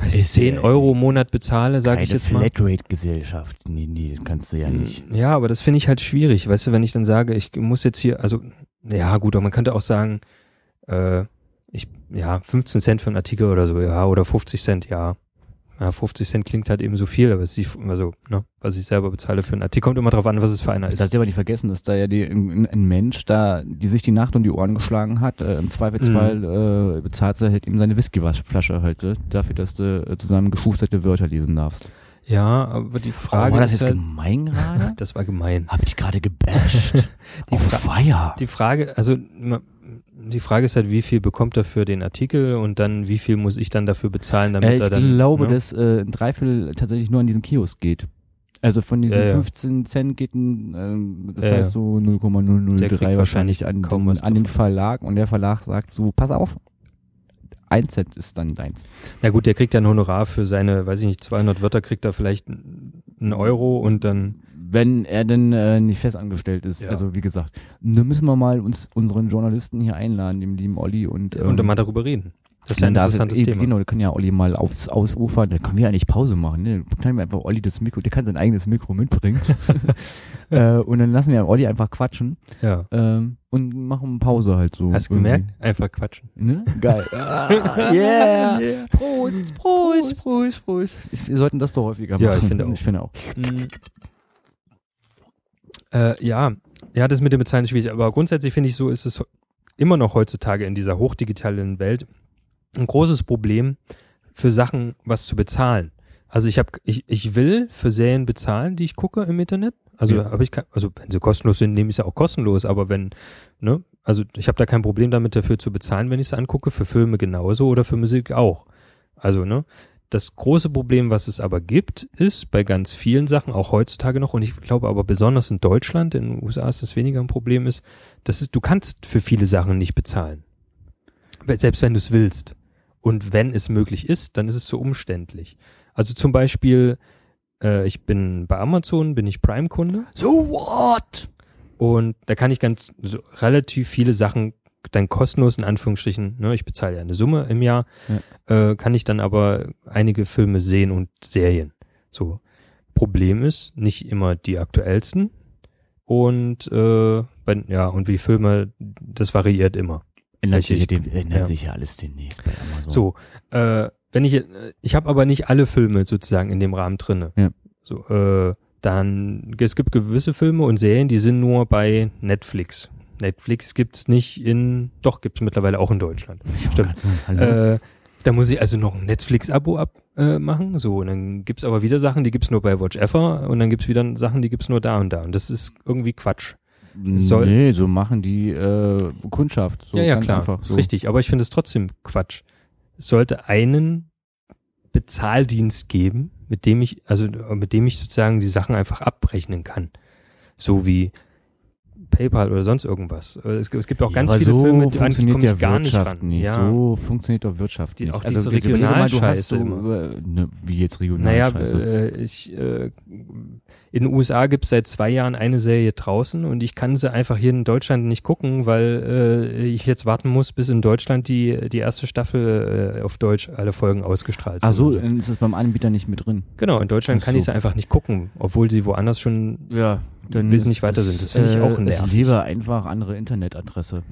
S1: weiß ich,
S2: Ist,
S1: 10
S2: äh,
S1: Euro im Monat bezahle, sage ich
S2: Keine
S1: jetzt mal.
S2: Flatrate-Gesellschaft. Nee, nee, das kannst du ja nicht.
S1: Ja, aber das finde ich halt schwierig, weißt du, wenn ich dann sage, ich muss jetzt hier, also, ja, gut, aber man könnte auch sagen, äh, ich, ja, 15 Cent für einen Artikel oder so, ja, oder 50 Cent, ja. Ja, 50 Cent klingt halt eben so viel, aber es ist die, also, ne, was ich selber bezahle für einen Artikel, kommt immer drauf an, was es für einer
S2: Das
S1: ist.
S2: darfst du aber nicht vergessen, dass da ja die, ein, ein Mensch da, die sich die Nacht um die Ohren geschlagen hat, äh, im Zweifelsfall äh, bezahlt er halt ihm seine Whiskyflasche halt äh, dafür, dass du äh, zusammen geschusterte Wörter lesen darfst.
S1: Ja, aber die Frage
S2: oh, war das
S1: ist
S2: jetzt
S1: halt,
S2: gemein gerade?
S1: das war gemein.
S2: Hab ich gerade gebasht.
S1: Die
S2: Auf
S1: Fra-
S2: Feier.
S1: Die Frage, also ma- die Frage ist halt, wie viel bekommt er für den Artikel und dann wie viel muss ich dann dafür bezahlen, damit
S2: Äh, ich
S1: er dann.
S2: glaube,
S1: ne?
S2: dass äh, ein Dreiviertel tatsächlich nur an diesen Kiosk geht. Also von diesen
S1: Ja, ja.
S2: 15 Cent geht ein, ähm, das
S1: Ja, ja.
S2: heißt so
S1: Der
S2: 0,003
S1: kriegt
S2: wahrscheinlich an,
S1: kaum
S2: den,
S1: was
S2: an den
S1: davon.
S2: Verlag und der Verlag sagt so, pass auf, ein Cent ist dann deins.
S1: Na gut, der kriegt ja ein Honorar für seine, weiß ich nicht, 200 Wörter, kriegt er vielleicht einen Euro und dann.
S2: Wenn er denn äh, nicht festangestellt ist,
S1: Ja.
S2: also wie gesagt, dann müssen wir mal uns unseren Journalisten hier einladen, dem lieben Olli und, ähm,
S1: Und dann mal darüber reden. Das ist ja ein
S2: da-
S1: interessantes
S2: eben,
S1: Thema.
S2: Genau, da kann ja Olli mal aufs ausufern, da können wir eigentlich Pause machen. Ne? Dann Kann wir einfach Olli das Mikro, der kann sein eigenes Mikro mitbringen. äh, und dann lassen wir Olli einfach quatschen
S1: Ja.
S2: ähm, und machen Pause halt so.
S1: Hast du
S2: irgendwie.
S1: gemerkt? Einfach quatschen.
S2: Ne? Geil. Ah, yeah. Prost, Prost, Prost, Prost. Ich, wir sollten das doch häufiger machen.
S1: Ja, ich finde auch.
S2: Ich finde auch.
S1: Mm. Äh, ja, ja, das mit dem Bezahlen ist schwierig, aber grundsätzlich finde ich, so ist es immer noch heutzutage in dieser hochdigitalen Welt ein großes Problem, für Sachen was zu bezahlen. Also ich habe, ich, ich will für Serien bezahlen, die ich gucke im Internet. Also
S2: Ja.
S1: habe ich, kein, also wenn sie kostenlos sind, nehme ich sie auch kostenlos. Aber wenn, ne, also ich habe da kein Problem damit, dafür zu bezahlen, wenn ich sie angucke. Für Filme genauso oder für Musik auch. Also ne, das große Problem, was es aber gibt, ist bei ganz vielen Sachen, auch heutzutage noch, und ich glaube aber besonders in Deutschland, in den USA ist das weniger ein Problem, ist, dass es, du kannst für viele Sachen nicht bezahlen. Weil Selbst wenn du es willst. Und wenn es möglich ist, dann ist es so umständlich. Also zum Beispiel, äh, ich bin bei Amazon, bin ich Prime-Kunde
S2: So what?
S1: und da kann ich ganz so, relativ viele Sachen dann kostenlos in Anführungsstrichen, ne, ich bezahle ja eine Summe im Jahr, äh, kann ich dann aber einige Filme sehen und Serien. So. Problem ist, nicht immer die aktuellsten und äh, bei, ja, und wie Filme, das variiert immer.
S2: Ändert,
S1: Richtig.
S2: sich, dem, ändert
S1: Ja.
S2: sich ja alles demnächst bei Amazon.
S1: So, äh, wenn ich, ich habe aber nicht alle Filme sozusagen in dem Rahmen drinne.
S2: Ja.
S1: So, äh, dann, es gibt gewisse Filme und Serien, die sind nur bei Netflix. Netflix gibt's nicht in, doch gibt's mittlerweile auch in Deutschland.
S2: Oh
S1: Stimmt.
S2: Hallo.
S1: Äh, da muss ich also noch ein Netflix-Abo abmachen. Äh, machen. so, und dann gibt's aber wieder Sachen, die gibt's nur bei Watch Ever und dann gibt's wieder Sachen, die gibt's nur da und da. Und das ist irgendwie Quatsch. soll-
S2: Äh, nee, so machen die äh, Kundschaft. So
S1: ja, ja,
S2: ganz
S1: klar.
S2: Einfach, so.
S1: Ist richtig, aber ich finde es trotzdem Quatsch. Es sollte einen Bezahldienst geben, mit dem ich, also äh, mit dem ich sozusagen die Sachen einfach abrechnen kann. So wie PayPal oder sonst irgendwas. Äh, Es, gibt- es gibt auch ganz
S2: aber
S1: viele
S2: so
S1: Filme, die an die
S2: funktioniert
S1: komme ich
S2: der
S1: gar nicht
S2: Wirtschaft
S1: ran.
S2: nicht.
S1: Ja.
S2: So funktioniert doch Wirtschaft
S1: Die-
S2: nicht.
S1: auch diese
S2: jetzt überleg doch mal, du hast
S1: Regionalscheiße
S2: so,
S1: immer.
S2: äh, ne, wie jetzt
S1: Naja,
S2: Regionalscheiße.
S1: äh, ich, äh, in den USA gibt es seit zwei Jahren eine Serie draußen und ich kann sie einfach hier in Deutschland nicht gucken, weil äh, ich jetzt warten muss, bis in Deutschland die, die erste Staffel äh, auf Deutsch alle Folgen ausgestrahlt sind.
S2: Ach so,
S1: und
S2: dann ist das beim Anbieter nicht mit drin.
S1: Genau, in Deutschland
S2: Ach
S1: kann
S2: so.
S1: ich sie einfach nicht gucken, obwohl sie woanders schon.
S2: Ja,
S1: dann wesentlich
S2: ist-
S1: weiter sind. Das finde ich
S2: äh,
S1: auch
S2: Ist
S1: nervig.
S2: lieber einfach andere Internetadresse.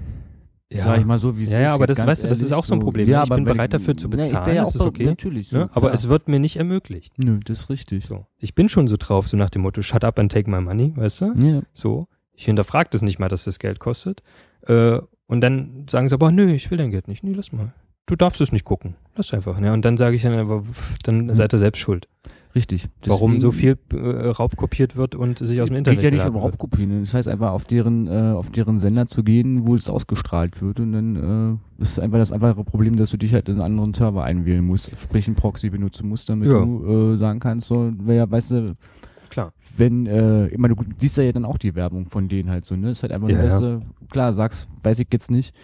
S2: Sag ich mal so, wie es
S1: Ja,
S2: ist.
S1: ja, aber
S2: jetzt
S1: das-
S2: ganz
S1: weißt du, das ist
S2: ehrlich,
S1: auch so ein Problem. ne?
S2: Ja,
S1: Ich
S2: aber
S1: bin
S2: wenn-
S1: bereit dafür zu
S2: Na, ich wär
S1: bezahlen,
S2: ja
S1: das
S2: auch
S1: ist okay.
S2: Natürlich. So,
S1: ne? Aber
S2: klar.
S1: es wird mir nicht ermöglicht.
S2: Nö, das ist richtig.
S1: So. Ich bin schon so drauf, so nach dem Motto, shut up and take my money, weißt du?
S2: Ja.
S1: So, ich hinterfrage das nicht mal, dass das Geld kostet. Äh, und dann sagen sie aber, nö, ich will dein Geld nicht. Nee, lass mal. Du darfst es nicht gucken. Lass einfach. Ne? Und dann sage ich dann aber, pff, dann
S2: Ja.
S1: seid ihr selbst schuld.
S2: Richtig.
S1: Warum so
S2: Deswegen-
S1: viel äh, Raubkopiert wird und sich aus dem Internet
S2: Geht ja nicht
S1: geladen
S2: um
S1: wird.
S2: Raubkopien. Das heißt einfach auf deren, äh, auf deren Sender zu gehen, wo es ausgestrahlt wird und dann äh, ist einfach das einfache Problem, dass du dich halt in einen anderen Server einwählen musst, sprich einen Proxy benutzen musst, damit
S1: Ja.
S2: du äh, sagen kannst, so, ja, weißt du,
S1: Klar.
S2: wenn, äh, ich meine, du siehst ja dann auch die Werbung von denen halt so, ne? Ist halt einfach,
S1: Ja,
S2: nur, weißt
S1: ja.
S2: du, klar, sagst, weiß ich jetzt nicht.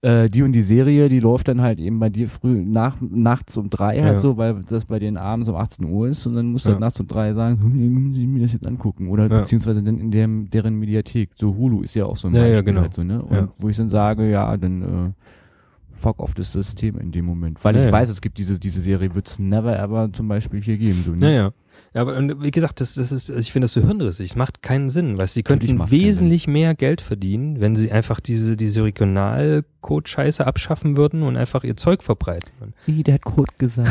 S2: äh, die und die Serie, die läuft dann halt eben bei dir früh nach, nachts um drei halt
S1: Ja.
S2: so, weil das bei denen abends um 18 Uhr ist und dann musst du halt
S1: Ja.
S2: nachts um drei sagen, hm, nee, muss ich mir das jetzt angucken oder
S1: Ja.
S2: beziehungsweise dann in dem, deren Mediathek. So Hulu ist ja auch so ein
S1: Ja, ja,
S2: Beispiel
S1: genau.
S2: halt so, ne? Und
S1: Ja.
S2: wo ich dann sage, ja, dann äh, fuck off das System in dem Moment, weil
S1: Ja,
S2: ich
S1: ja.
S2: weiß, es gibt diese, diese Serie, wird's never ever zum Beispiel hier geben, so, ne?
S1: Naja. Ja, aber und wie gesagt, das, das ist, also ich finde das so hirnrissig. Macht keinen Sinn, weil sie
S2: Natürlich
S1: könnten
S2: macht's keinen
S1: wesentlich mehr Geld verdienen, wenn sie einfach diese, diese Regionalcode-Scheiße abschaffen würden und einfach ihr Zeug verbreiten würden.
S2: Ih, der hat Kurt gesagt.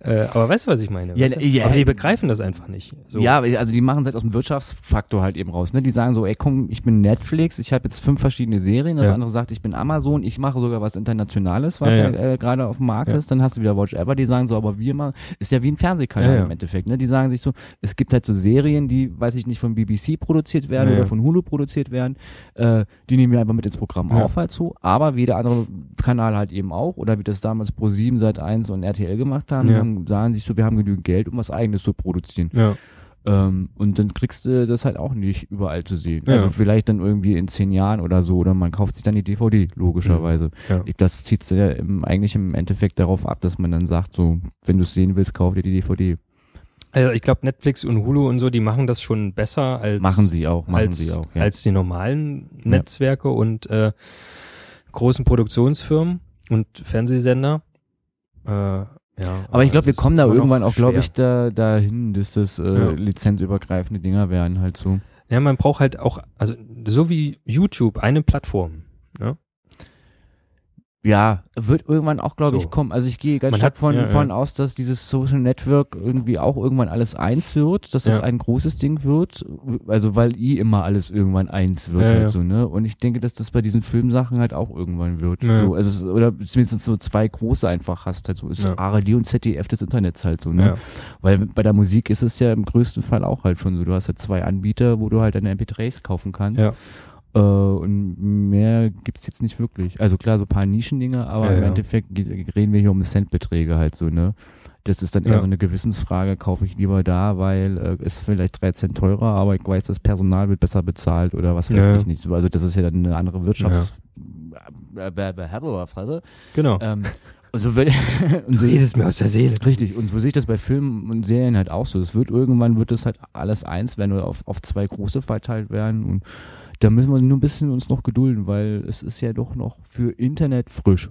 S1: Äh, aber weißt du, was ich meine?
S2: Ja,
S1: weißt du?
S2: ja.
S1: aber die begreifen das einfach nicht. So.
S2: Ja, aber also die machen es halt aus dem Wirtschaftsfaktor halt eben raus. Ne? Die sagen so, ey komm, ich bin Netflix, ich habe jetzt fünf verschiedene Serien. Das
S1: Ja.
S2: andere sagt, ich bin Amazon, ich mache sogar was Internationales, was
S1: Ja,
S2: ja,
S1: ja.
S2: Äh, gerade auf dem Markt
S1: Ja.
S2: ist. Dann hast du wieder Watch Ever, die sagen so, aber wir machen, ist ja wie ein Fernsehkanal
S1: Ja, ja.
S2: im Endeffekt. Ne? Die sagen sich so, es gibt halt so Serien, die, weiß ich nicht, von BBC produziert werden
S1: Ja,
S2: oder
S1: ja.
S2: von Hulu produziert werden. Äh, die nehmen wir einfach mit ins Programm
S1: Ja.
S2: auf halt so. Aber wie der andere Kanal halt eben auch oder wie das damals Pro7, Sat1 und RTL gemacht haben,
S1: Ja.
S2: haben sagen sich so, wir haben genügend Geld, um was eigenes zu produzieren.
S1: Ja.
S2: Ähm, und dann kriegst du das halt auch nicht überall zu sehen.
S1: Ja.
S2: Also vielleicht dann irgendwie in zehn Jahren oder so. Oder man kauft sich dann die DVD, logischerweise.
S1: Ja.
S2: Ich- Das zieht ja im, eigentlich im Endeffekt darauf ab, dass man dann sagt, so, wenn du es sehen willst, kauf dir die DVD.
S1: Also ich glaube, Netflix und Hulu und so, die machen das schon besser als,
S2: Machen sie auch, machen
S1: als,
S2: sie auch. Ja.
S1: als die normalen Netzwerke und äh, großen Produktionsfirmen und Fernsehsender. Äh, ja,
S2: aber ich glaube, wir
S1: das
S2: kommen da
S1: ist immer noch
S2: irgendwann auch, glaube
S1: schwer.
S2: ich, da, dahin, dass das äh,
S1: Ja.
S2: lizenzübergreifende Dinger werden halt so.
S1: Ja, man braucht halt auch, also so wie YouTube, eine Plattform.
S2: Ja, wird irgendwann auch,
S1: So.
S2: glaube ich, kommen. Also ich gehe ganz
S1: Man
S2: stark
S1: hat-
S2: von,
S1: ja, ja.
S2: von aus, dass dieses Social Network irgendwie auch irgendwann alles eins wird, dass das
S1: Ja.
S2: ein großes Ding wird. Also weil i immer alles irgendwann eins wird
S1: Ja,
S2: halt
S1: ja.
S2: so, ne? Und ich denke, dass das bei diesen Filmsachen halt auch irgendwann wird.
S1: Ja.
S2: So, also es, oder zumindest so zwei große einfach hast halt so. Ist
S1: Ja.
S2: ARD und ZDF des Internets halt so, ne?
S1: Ja.
S2: Weil bei der Musik ist es ja im größten Fall auch halt schon so. Du hast ja zwei Anbieter, wo du halt deine MP3s kaufen kannst.
S1: Ja.
S2: Äh, und mehr gibt's jetzt nicht wirklich. Also klar, so ein paar Nischendinge, aber
S1: Ja,
S2: im
S1: ja.
S2: Endeffekt ge- reden wir hier um Centbeträge halt so, ne? Das ist dann eher
S1: Ja.
S2: so eine Gewissensfrage, kaufe ich lieber da, weil äh, ist vielleicht 3 Cent teurer, aber ich weiß, das Personal wird besser bezahlt oder was weiß
S1: Ja.
S2: ich nicht. So, Also das ist ja dann eine andere Wirtschafts... Äh, be- be-
S1: Genau.
S2: ähm, und so wird, und so,
S1: mir aus der Seele.
S2: Richtig, und so sehe ich das bei Filmen und Serien halt auch so. Es wird irgendwann wird das halt alles eins werden oder auf, auf zwei große verteilt werden. Und da müssen wir nur ein bisschen uns noch gedulden, weil es ist ja doch noch für Internet frisch.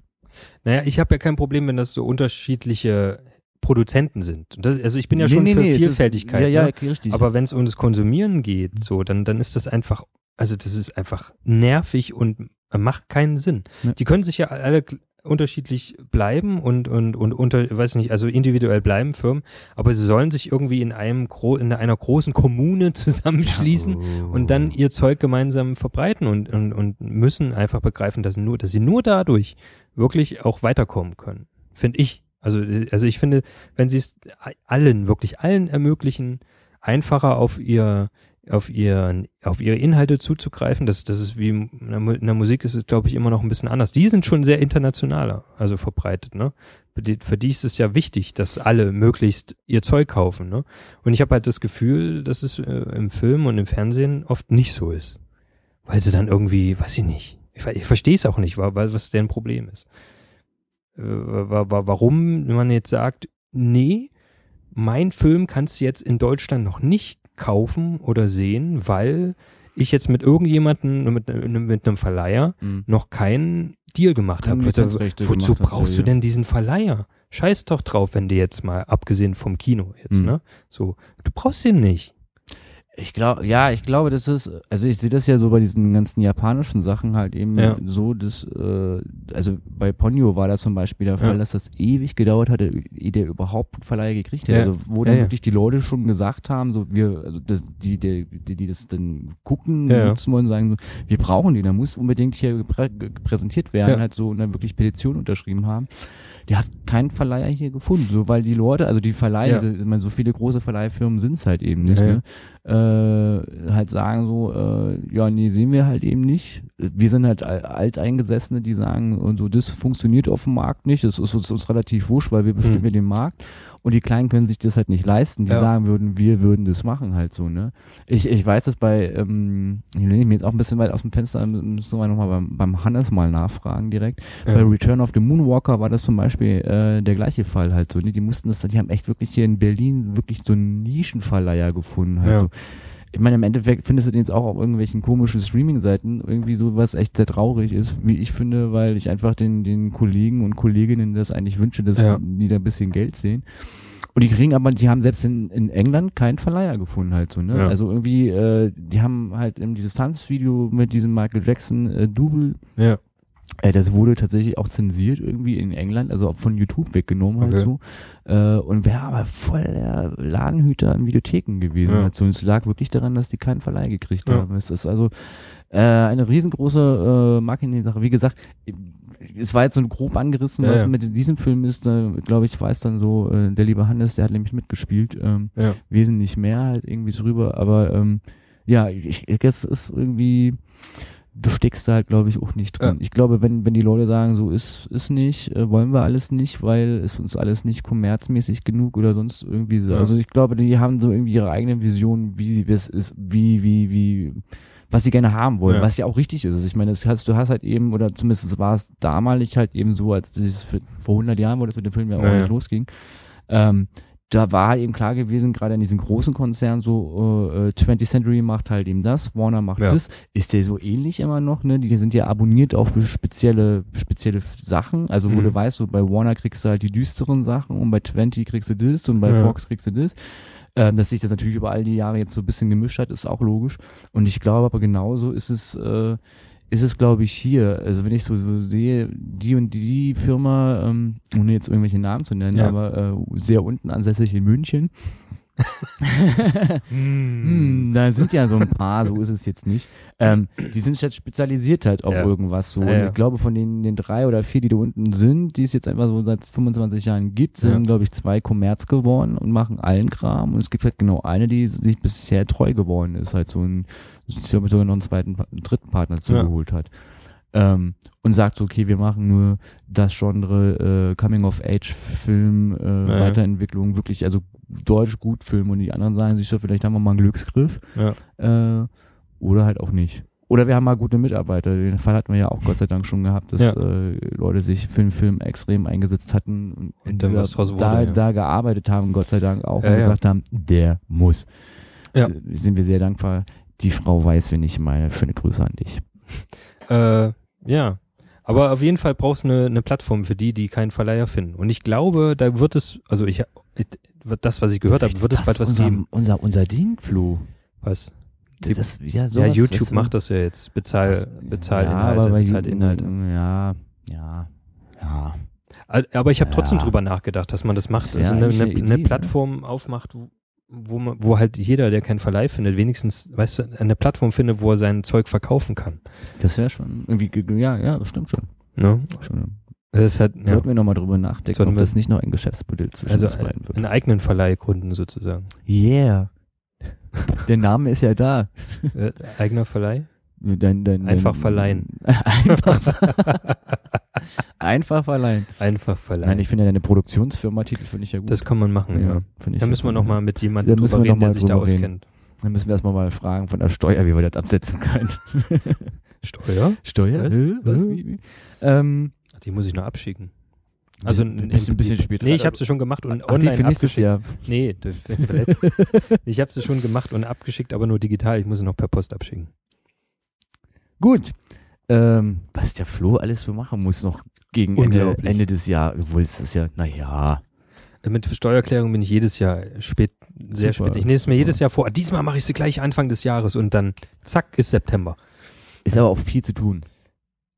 S1: Naja, ich habe ja kein Problem, wenn das so unterschiedliche Produzenten sind. Und Das, also ich bin ja schon für
S2: es ist-
S1: Vielfältigkeit.
S2: Ja, ja,
S1: ne?
S2: richtig.
S1: Aber wenn es um das Konsumieren geht, so, dann, dann ist das einfach, also das ist einfach nervig und äh, macht keinen Sinn.
S2: Ja.
S1: Die können sich ja alle gl- unterschiedlich bleiben und, und, und unter, weiß nicht, also individuell bleiben, Firmen, aber sie sollen sich irgendwie in einem, gro in einer großen Kommune zusammenschließen und dann ihr Zeug gemeinsam verbreiten und, und, und müssen einfach begreifen, dass, nur, dass sie nur dadurch wirklich auch weiterkommen können. Finde ich. Also, äh, also ich finde, wenn sie es allen, wirklich allen ermöglichen, einfacher auf ihr auf, ihren, auf ihre Inhalte zuzugreifen, das, das ist wie in der Mu- in der Musik ist es, glaube ich, immer noch ein bisschen anders. Die sind schon sehr internationaler, also verbreitet, ne? Für die, für die ist es ja wichtig, dass alle möglichst ihr Zeug kaufen, ne? Und ich habe halt das Gefühl, dass es äh, im Film und im Fernsehen oft nicht so ist. Weil sie dann irgendwie, weiß ich nicht, ich, ver- ich verstehe es auch nicht, wa- wa- was deren Problem ist. Äh, wa- wa- warum man jetzt sagt, nee, mein Film kannst du jetzt in Deutschland noch nicht kaufen oder sehen, weil ich jetzt mit irgendjemandem, mit, einem- mit einem Verleiher,
S2: Mhm.
S1: noch keinen Deal gemacht
S2: Keine
S1: habe.
S2: Lizenzrechte
S1: Wozu wozu
S2: gemacht hast,
S1: brauchst du
S2: ja, ja.
S1: denn diesen Verleiher? Scheiß doch drauf, wenn du jetzt mal, abgesehen vom Kino jetzt,
S2: Mhm.
S1: ne? So, du brauchst den nicht.
S2: Ich glaube, ja, ich glaube, das ist, also ich sehe das ja so bei diesen ganzen japanischen Sachen halt eben
S1: Ja.
S2: so, dass, äh, also bei Ponyo war das zum Beispiel der Fall,
S1: Ja.
S2: dass das ewig gedauert hatte, ehe der überhaupt Verleihe gekriegt hätte.
S1: Ja.
S2: Also wo dann
S1: Ja, ja.
S2: wirklich die Leute schon gesagt haben, so wir, also das, die, die, die, die das dann gucken,
S1: Ja, ja.
S2: nutzen wollen, sagen so, wir brauchen den, der muss unbedingt hier geprä präsentiert werden,
S1: Ja.
S2: halt so und dann wirklich Petition unterschrieben haben der hat keinen Verleiher hier gefunden, so weil die Leute, also die Verleiher,
S1: Ja.
S2: diese- ich meine, so viele große Verleihfirmen sind es halt eben nicht,
S1: Ja,
S2: ne? Äh, halt sagen so, äh, ja, nee, sehen wir halt eben nicht. Wir sind halt al- Alteingesessene, die sagen, und so, das funktioniert auf dem Markt nicht, das ist uns, uns relativ wurscht, weil wir bestimmen
S1: Hm.
S2: ja den Markt. Und die Kleinen können sich das halt nicht leisten. Die
S1: Ja.
S2: sagen würden, wir würden das machen halt so, ne? Ich, ich weiß das bei, ähm, ich lehne mich jetzt auch ein bisschen weit aus dem Fenster, müssen wir nochmal beim, beim Hannes mal nachfragen direkt. Bei
S1: Ja.
S2: Return of the Moonwalker war das zum Beispiel äh, der gleiche Fall halt so. Ne? Die mussten das, die haben echt wirklich hier in Berlin wirklich so einen Nischenverleiher gefunden halt
S1: Ja.
S2: so. Ich meine, im Endeffekt findest du den jetzt auch auf irgendwelchen komischen Streaming-Seiten irgendwie so, was echt sehr traurig ist, wie ich finde, weil ich einfach den, den Kollegen und Kolleginnen das eigentlich wünsche, dass
S1: Ja.
S2: die da ein bisschen Geld sehen. Und die kriegen aber, die haben selbst in, in England keinen Verleiher gefunden halt so, ne?
S1: Ja.
S2: Also irgendwie, äh, die haben halt eben dieses Tanzvideo mit diesem Michael Jackson äh, Double
S1: Ja.
S2: äh, das wurde tatsächlich auch zensiert irgendwie in England, also auch von YouTube weggenommen halt
S1: Okay.
S2: so. Äh, und wäre aber voll der Ladenhüter in Videotheken gewesen.
S1: Ja.
S2: Halt so. Und es lag wirklich daran, dass die keinen Verleih gekriegt
S1: Ja.
S2: haben. Es ist also äh, eine riesengroße äh, Marketing-Sache. Wie gesagt, es war jetzt so grob angerissen,
S1: Ja,
S2: was
S1: ja.
S2: mit diesem Film ist. Äh, Glaube ich, weiß dann so, äh, der liebe Hannes, der hat nämlich mitgespielt. Ähm,
S1: Ja.
S2: Wesentlich mehr halt irgendwie drüber. Aber ähm, ja, ich, ich, das ist irgendwie du steckst da halt, glaube ich, auch nicht drin. Ich glaube, wenn, wenn die Leute sagen, so ist ist nicht, äh, wollen wir alles nicht, weil ist uns alles nicht kommerzmäßig genug oder sonst irgendwie so.
S1: Ja.
S2: Also ich glaube, die haben so irgendwie ihre eigenen Visionen, wie sie es ist, wie, wie, wie, was sie gerne haben wollen,
S1: Ja.
S2: was ja auch richtig ist. Ich meine, das hast, du hast halt eben, oder zumindest war es damalig halt eben so, als dieses, vor 100 Jahren, wo das mit dem Film ja auch
S1: Ja, ja.
S2: nicht losging, ähm, da war halt eben klar gewesen, gerade in diesen großen Konzernen, so äh, äh, 20th Century macht halt eben das, Warner macht
S1: Ja.
S2: das. Ist der so ähnlich immer noch, ne? Die sind ja abonniert auf spezielle, spezielle Sachen. Also wo
S1: Mhm.
S2: du weißt, so bei Warner kriegst du halt die düsteren Sachen und bei 20 kriegst du das und bei
S1: Ja.
S2: Fox kriegst du das. Ähm, dass sich das natürlich über all die Jahre jetzt so ein bisschen gemischt hat, ist auch logisch. Und ich glaube aber genauso ist es, äh, ist es glaube ich hier. Also wenn ich so, so sehe, die und die Firma, ähm, ohne jetzt irgendwelche Namen zu nennen,
S1: Ja.
S2: aber äh, sehr unten ansässig in München.
S1: Hm.
S2: Hm, da sind ja so ein paar, so ist es jetzt nicht. Ähm, die sind jetzt spezialisiert halt auf
S1: Ja.
S2: irgendwas so.
S1: Ja,
S2: Und
S1: ja.
S2: ich glaube, von den, den drei oder vier, die da unten sind, die es jetzt einfach so seit 25 Jahren gibt, sind,
S1: Ja.
S2: glaube ich, zwei Kommerz geworden und machen allen Kram. Und es gibt halt genau eine, die sich bisher treu geworden ist, halt so ein, sich damit sogar noch einen zweiten, Pa- einen dritten Partner zugeholt hat. Ähm, und sagt so, okay, wir machen nur das Genre äh, Coming-of-Age-Film, äh,
S1: ja.
S2: Weiterentwicklung, wirklich, also deutsch gut Film und die anderen sagen sich so, vielleicht haben wir mal einen Glücksgriff. Äh, oder halt auch nicht. Oder wir haben mal gute Mitarbeiter. Den Fall hatten wir ja auch Gott sei Dank schon gehabt, dass
S1: Ja.
S2: äh, Leute sich für den Film extrem eingesetzt hatten und, in
S1: Und dann
S2: dieser-
S1: was draus wurde,
S2: da,
S1: ja.
S2: da gearbeitet haben, Gott sei Dank auch,
S1: Ja,
S2: und
S1: ja.
S2: gesagt haben, der muss.
S1: Ja.
S2: Äh, sind wir sehr dankbar. Die Frau weiß, wenn ich meine, schöne Grüße an dich.
S1: Äh, ja. Aber auf jeden Fall brauchst du eine, eine Plattform für die, die keinen Verleiher finden. Und ich glaube, da wird es, also ich, ich das, was ich gehört habe, wird es bald was
S2: unser,
S1: geben.
S2: Unser, unser Ding, Flo.
S1: Was?
S2: Das ist, ja,
S1: Ja,
S2: sowas,
S1: YouTube
S2: weißt du,
S1: macht das ja jetzt. Bezahl,
S2: was-
S1: bezahl
S2: ja,
S1: Inhalte,
S2: aber bei
S1: bezahlt
S2: Ju-
S1: Inhalte.
S2: Ja, ja, ja.
S1: Al- Aber ich habe trotzdem
S2: Ja.
S1: drüber nachgedacht, dass man das macht.
S2: Das wär
S1: also eine,
S2: eigentlich
S1: eine,
S2: eine Idee,
S1: eine
S2: ne?
S1: Plattform aufmacht, wo- wo, man, wo halt jeder, der keinen Verleih findet, wenigstens, weißt du, eine Plattform findet, wo er sein Zeug verkaufen kann.
S2: Das wäre schon irgendwie, ge- ja, ja, stimmt schon.
S1: Ne?
S2: schon
S1: Das ist halt, ja,
S2: Sollten wir nochmal drüber nachdenken,
S1: Sollten
S2: ob
S1: wir-
S2: das nicht noch ein Geschäftsmodell zwischen
S1: also
S2: uns beiden wird.
S1: einen eigenen Verleih gründen sozusagen.
S2: Yeah. Der Name ist ja da.
S1: äh, eigener Verleih?
S2: Dein, dein,
S1: Einfach
S2: dein,
S1: verleihen.
S2: Einfach, einfach verleihen.
S1: Einfach verleihen.
S2: Nein, ich finde ja deine Produktionsfirma-Titel finde ich ja gut.
S1: das kann man machen, ja.
S2: finde ich
S1: Da
S2: ja
S1: müssen wir
S2: gut.
S1: nochmal mit jemandem
S2: Da müssen
S1: drüber
S2: wir noch
S1: reden, der
S2: mal
S1: sich da
S2: drüber reden.
S1: auskennt.
S2: Dann müssen wir erstmal mal fragen von der Steuer, wie wir das absetzen können.
S1: Steuer?
S2: Steuer?
S1: Was?
S2: Hä? Was? Wie, wie? Ähm,
S1: Die muss ich noch abschicken. Also
S2: Bisschen-
S1: in-
S2: bisschen-
S1: im-
S2: bisschen später.
S1: Nee, ich habe sie schon gemacht und
S2: ach, die
S1: online
S2: für nächstes
S1: abgeschickt.
S2: Jahr.
S1: Nee, das- verletzt. ich habe sie schon gemacht und abgeschickt, aber nur digital. Ich muss sie noch per Post abschicken.
S2: Gut. Ähm, was der Flo alles so machen muss noch gegen Ende,
S1: Unglaublich.
S2: Ende des Jahres, obwohl es ist ja, naja,
S1: Äh, Mit Steuererklärung bin ich jedes Jahr spät, sehr
S2: Super.
S1: spät. Ich nehme es mir
S2: Super.
S1: jedes Jahr vor. Ah, Diesmal mache ich sie gleich Anfang des Jahres und dann zack ist September.
S2: ist aber auch viel zu tun.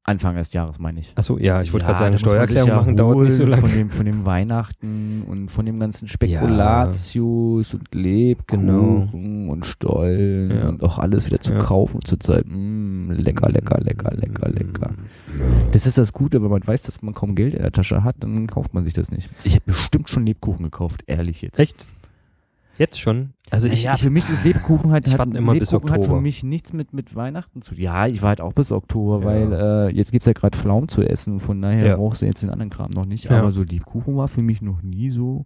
S2: Anfang des Jahres meine ich.
S1: Achso, ja, ich wollte
S2: Ja,
S1: gerade sagen,
S2: da muss man sich
S1: Steuererklärung
S2: ja
S1: machen dauert nicht so
S2: holen
S1: lange.
S2: Von dem, von dem Weihnachten und von dem ganzen Spekulatius und Lebkuchen und Stollen
S1: Genau. Ja.
S2: und auch alles wieder zu
S1: Ja. Mm.
S2: kaufen zurzeit. Mm, lecker, lecker, lecker, lecker, lecker. Das ist das Gute, wenn man weiß, dass man kaum Geld in der Tasche hat, dann kauft man sich das nicht. Ich habe bestimmt schon Lebkuchen gekauft, ehrlich jetzt.
S1: Echt? Jetzt schon. Also ich,
S2: ja,
S1: ich
S2: für mich ist Lebkuchen halt,
S1: Ich
S2: hat,
S1: warte immer bis
S2: Lebkuchen hat für
S1: Oktober.
S2: mich nichts mit, mit Weihnachten zu tun. Ja, ich war halt auch bis Oktober,
S1: Ja.
S2: weil äh, jetzt gibt's ja gerade Pflaumen zu essen, von daher
S1: Ja.
S2: brauchst du jetzt den anderen Kram noch nicht.
S1: Ja.
S2: Aber so Lebkuchen war für mich noch nie so,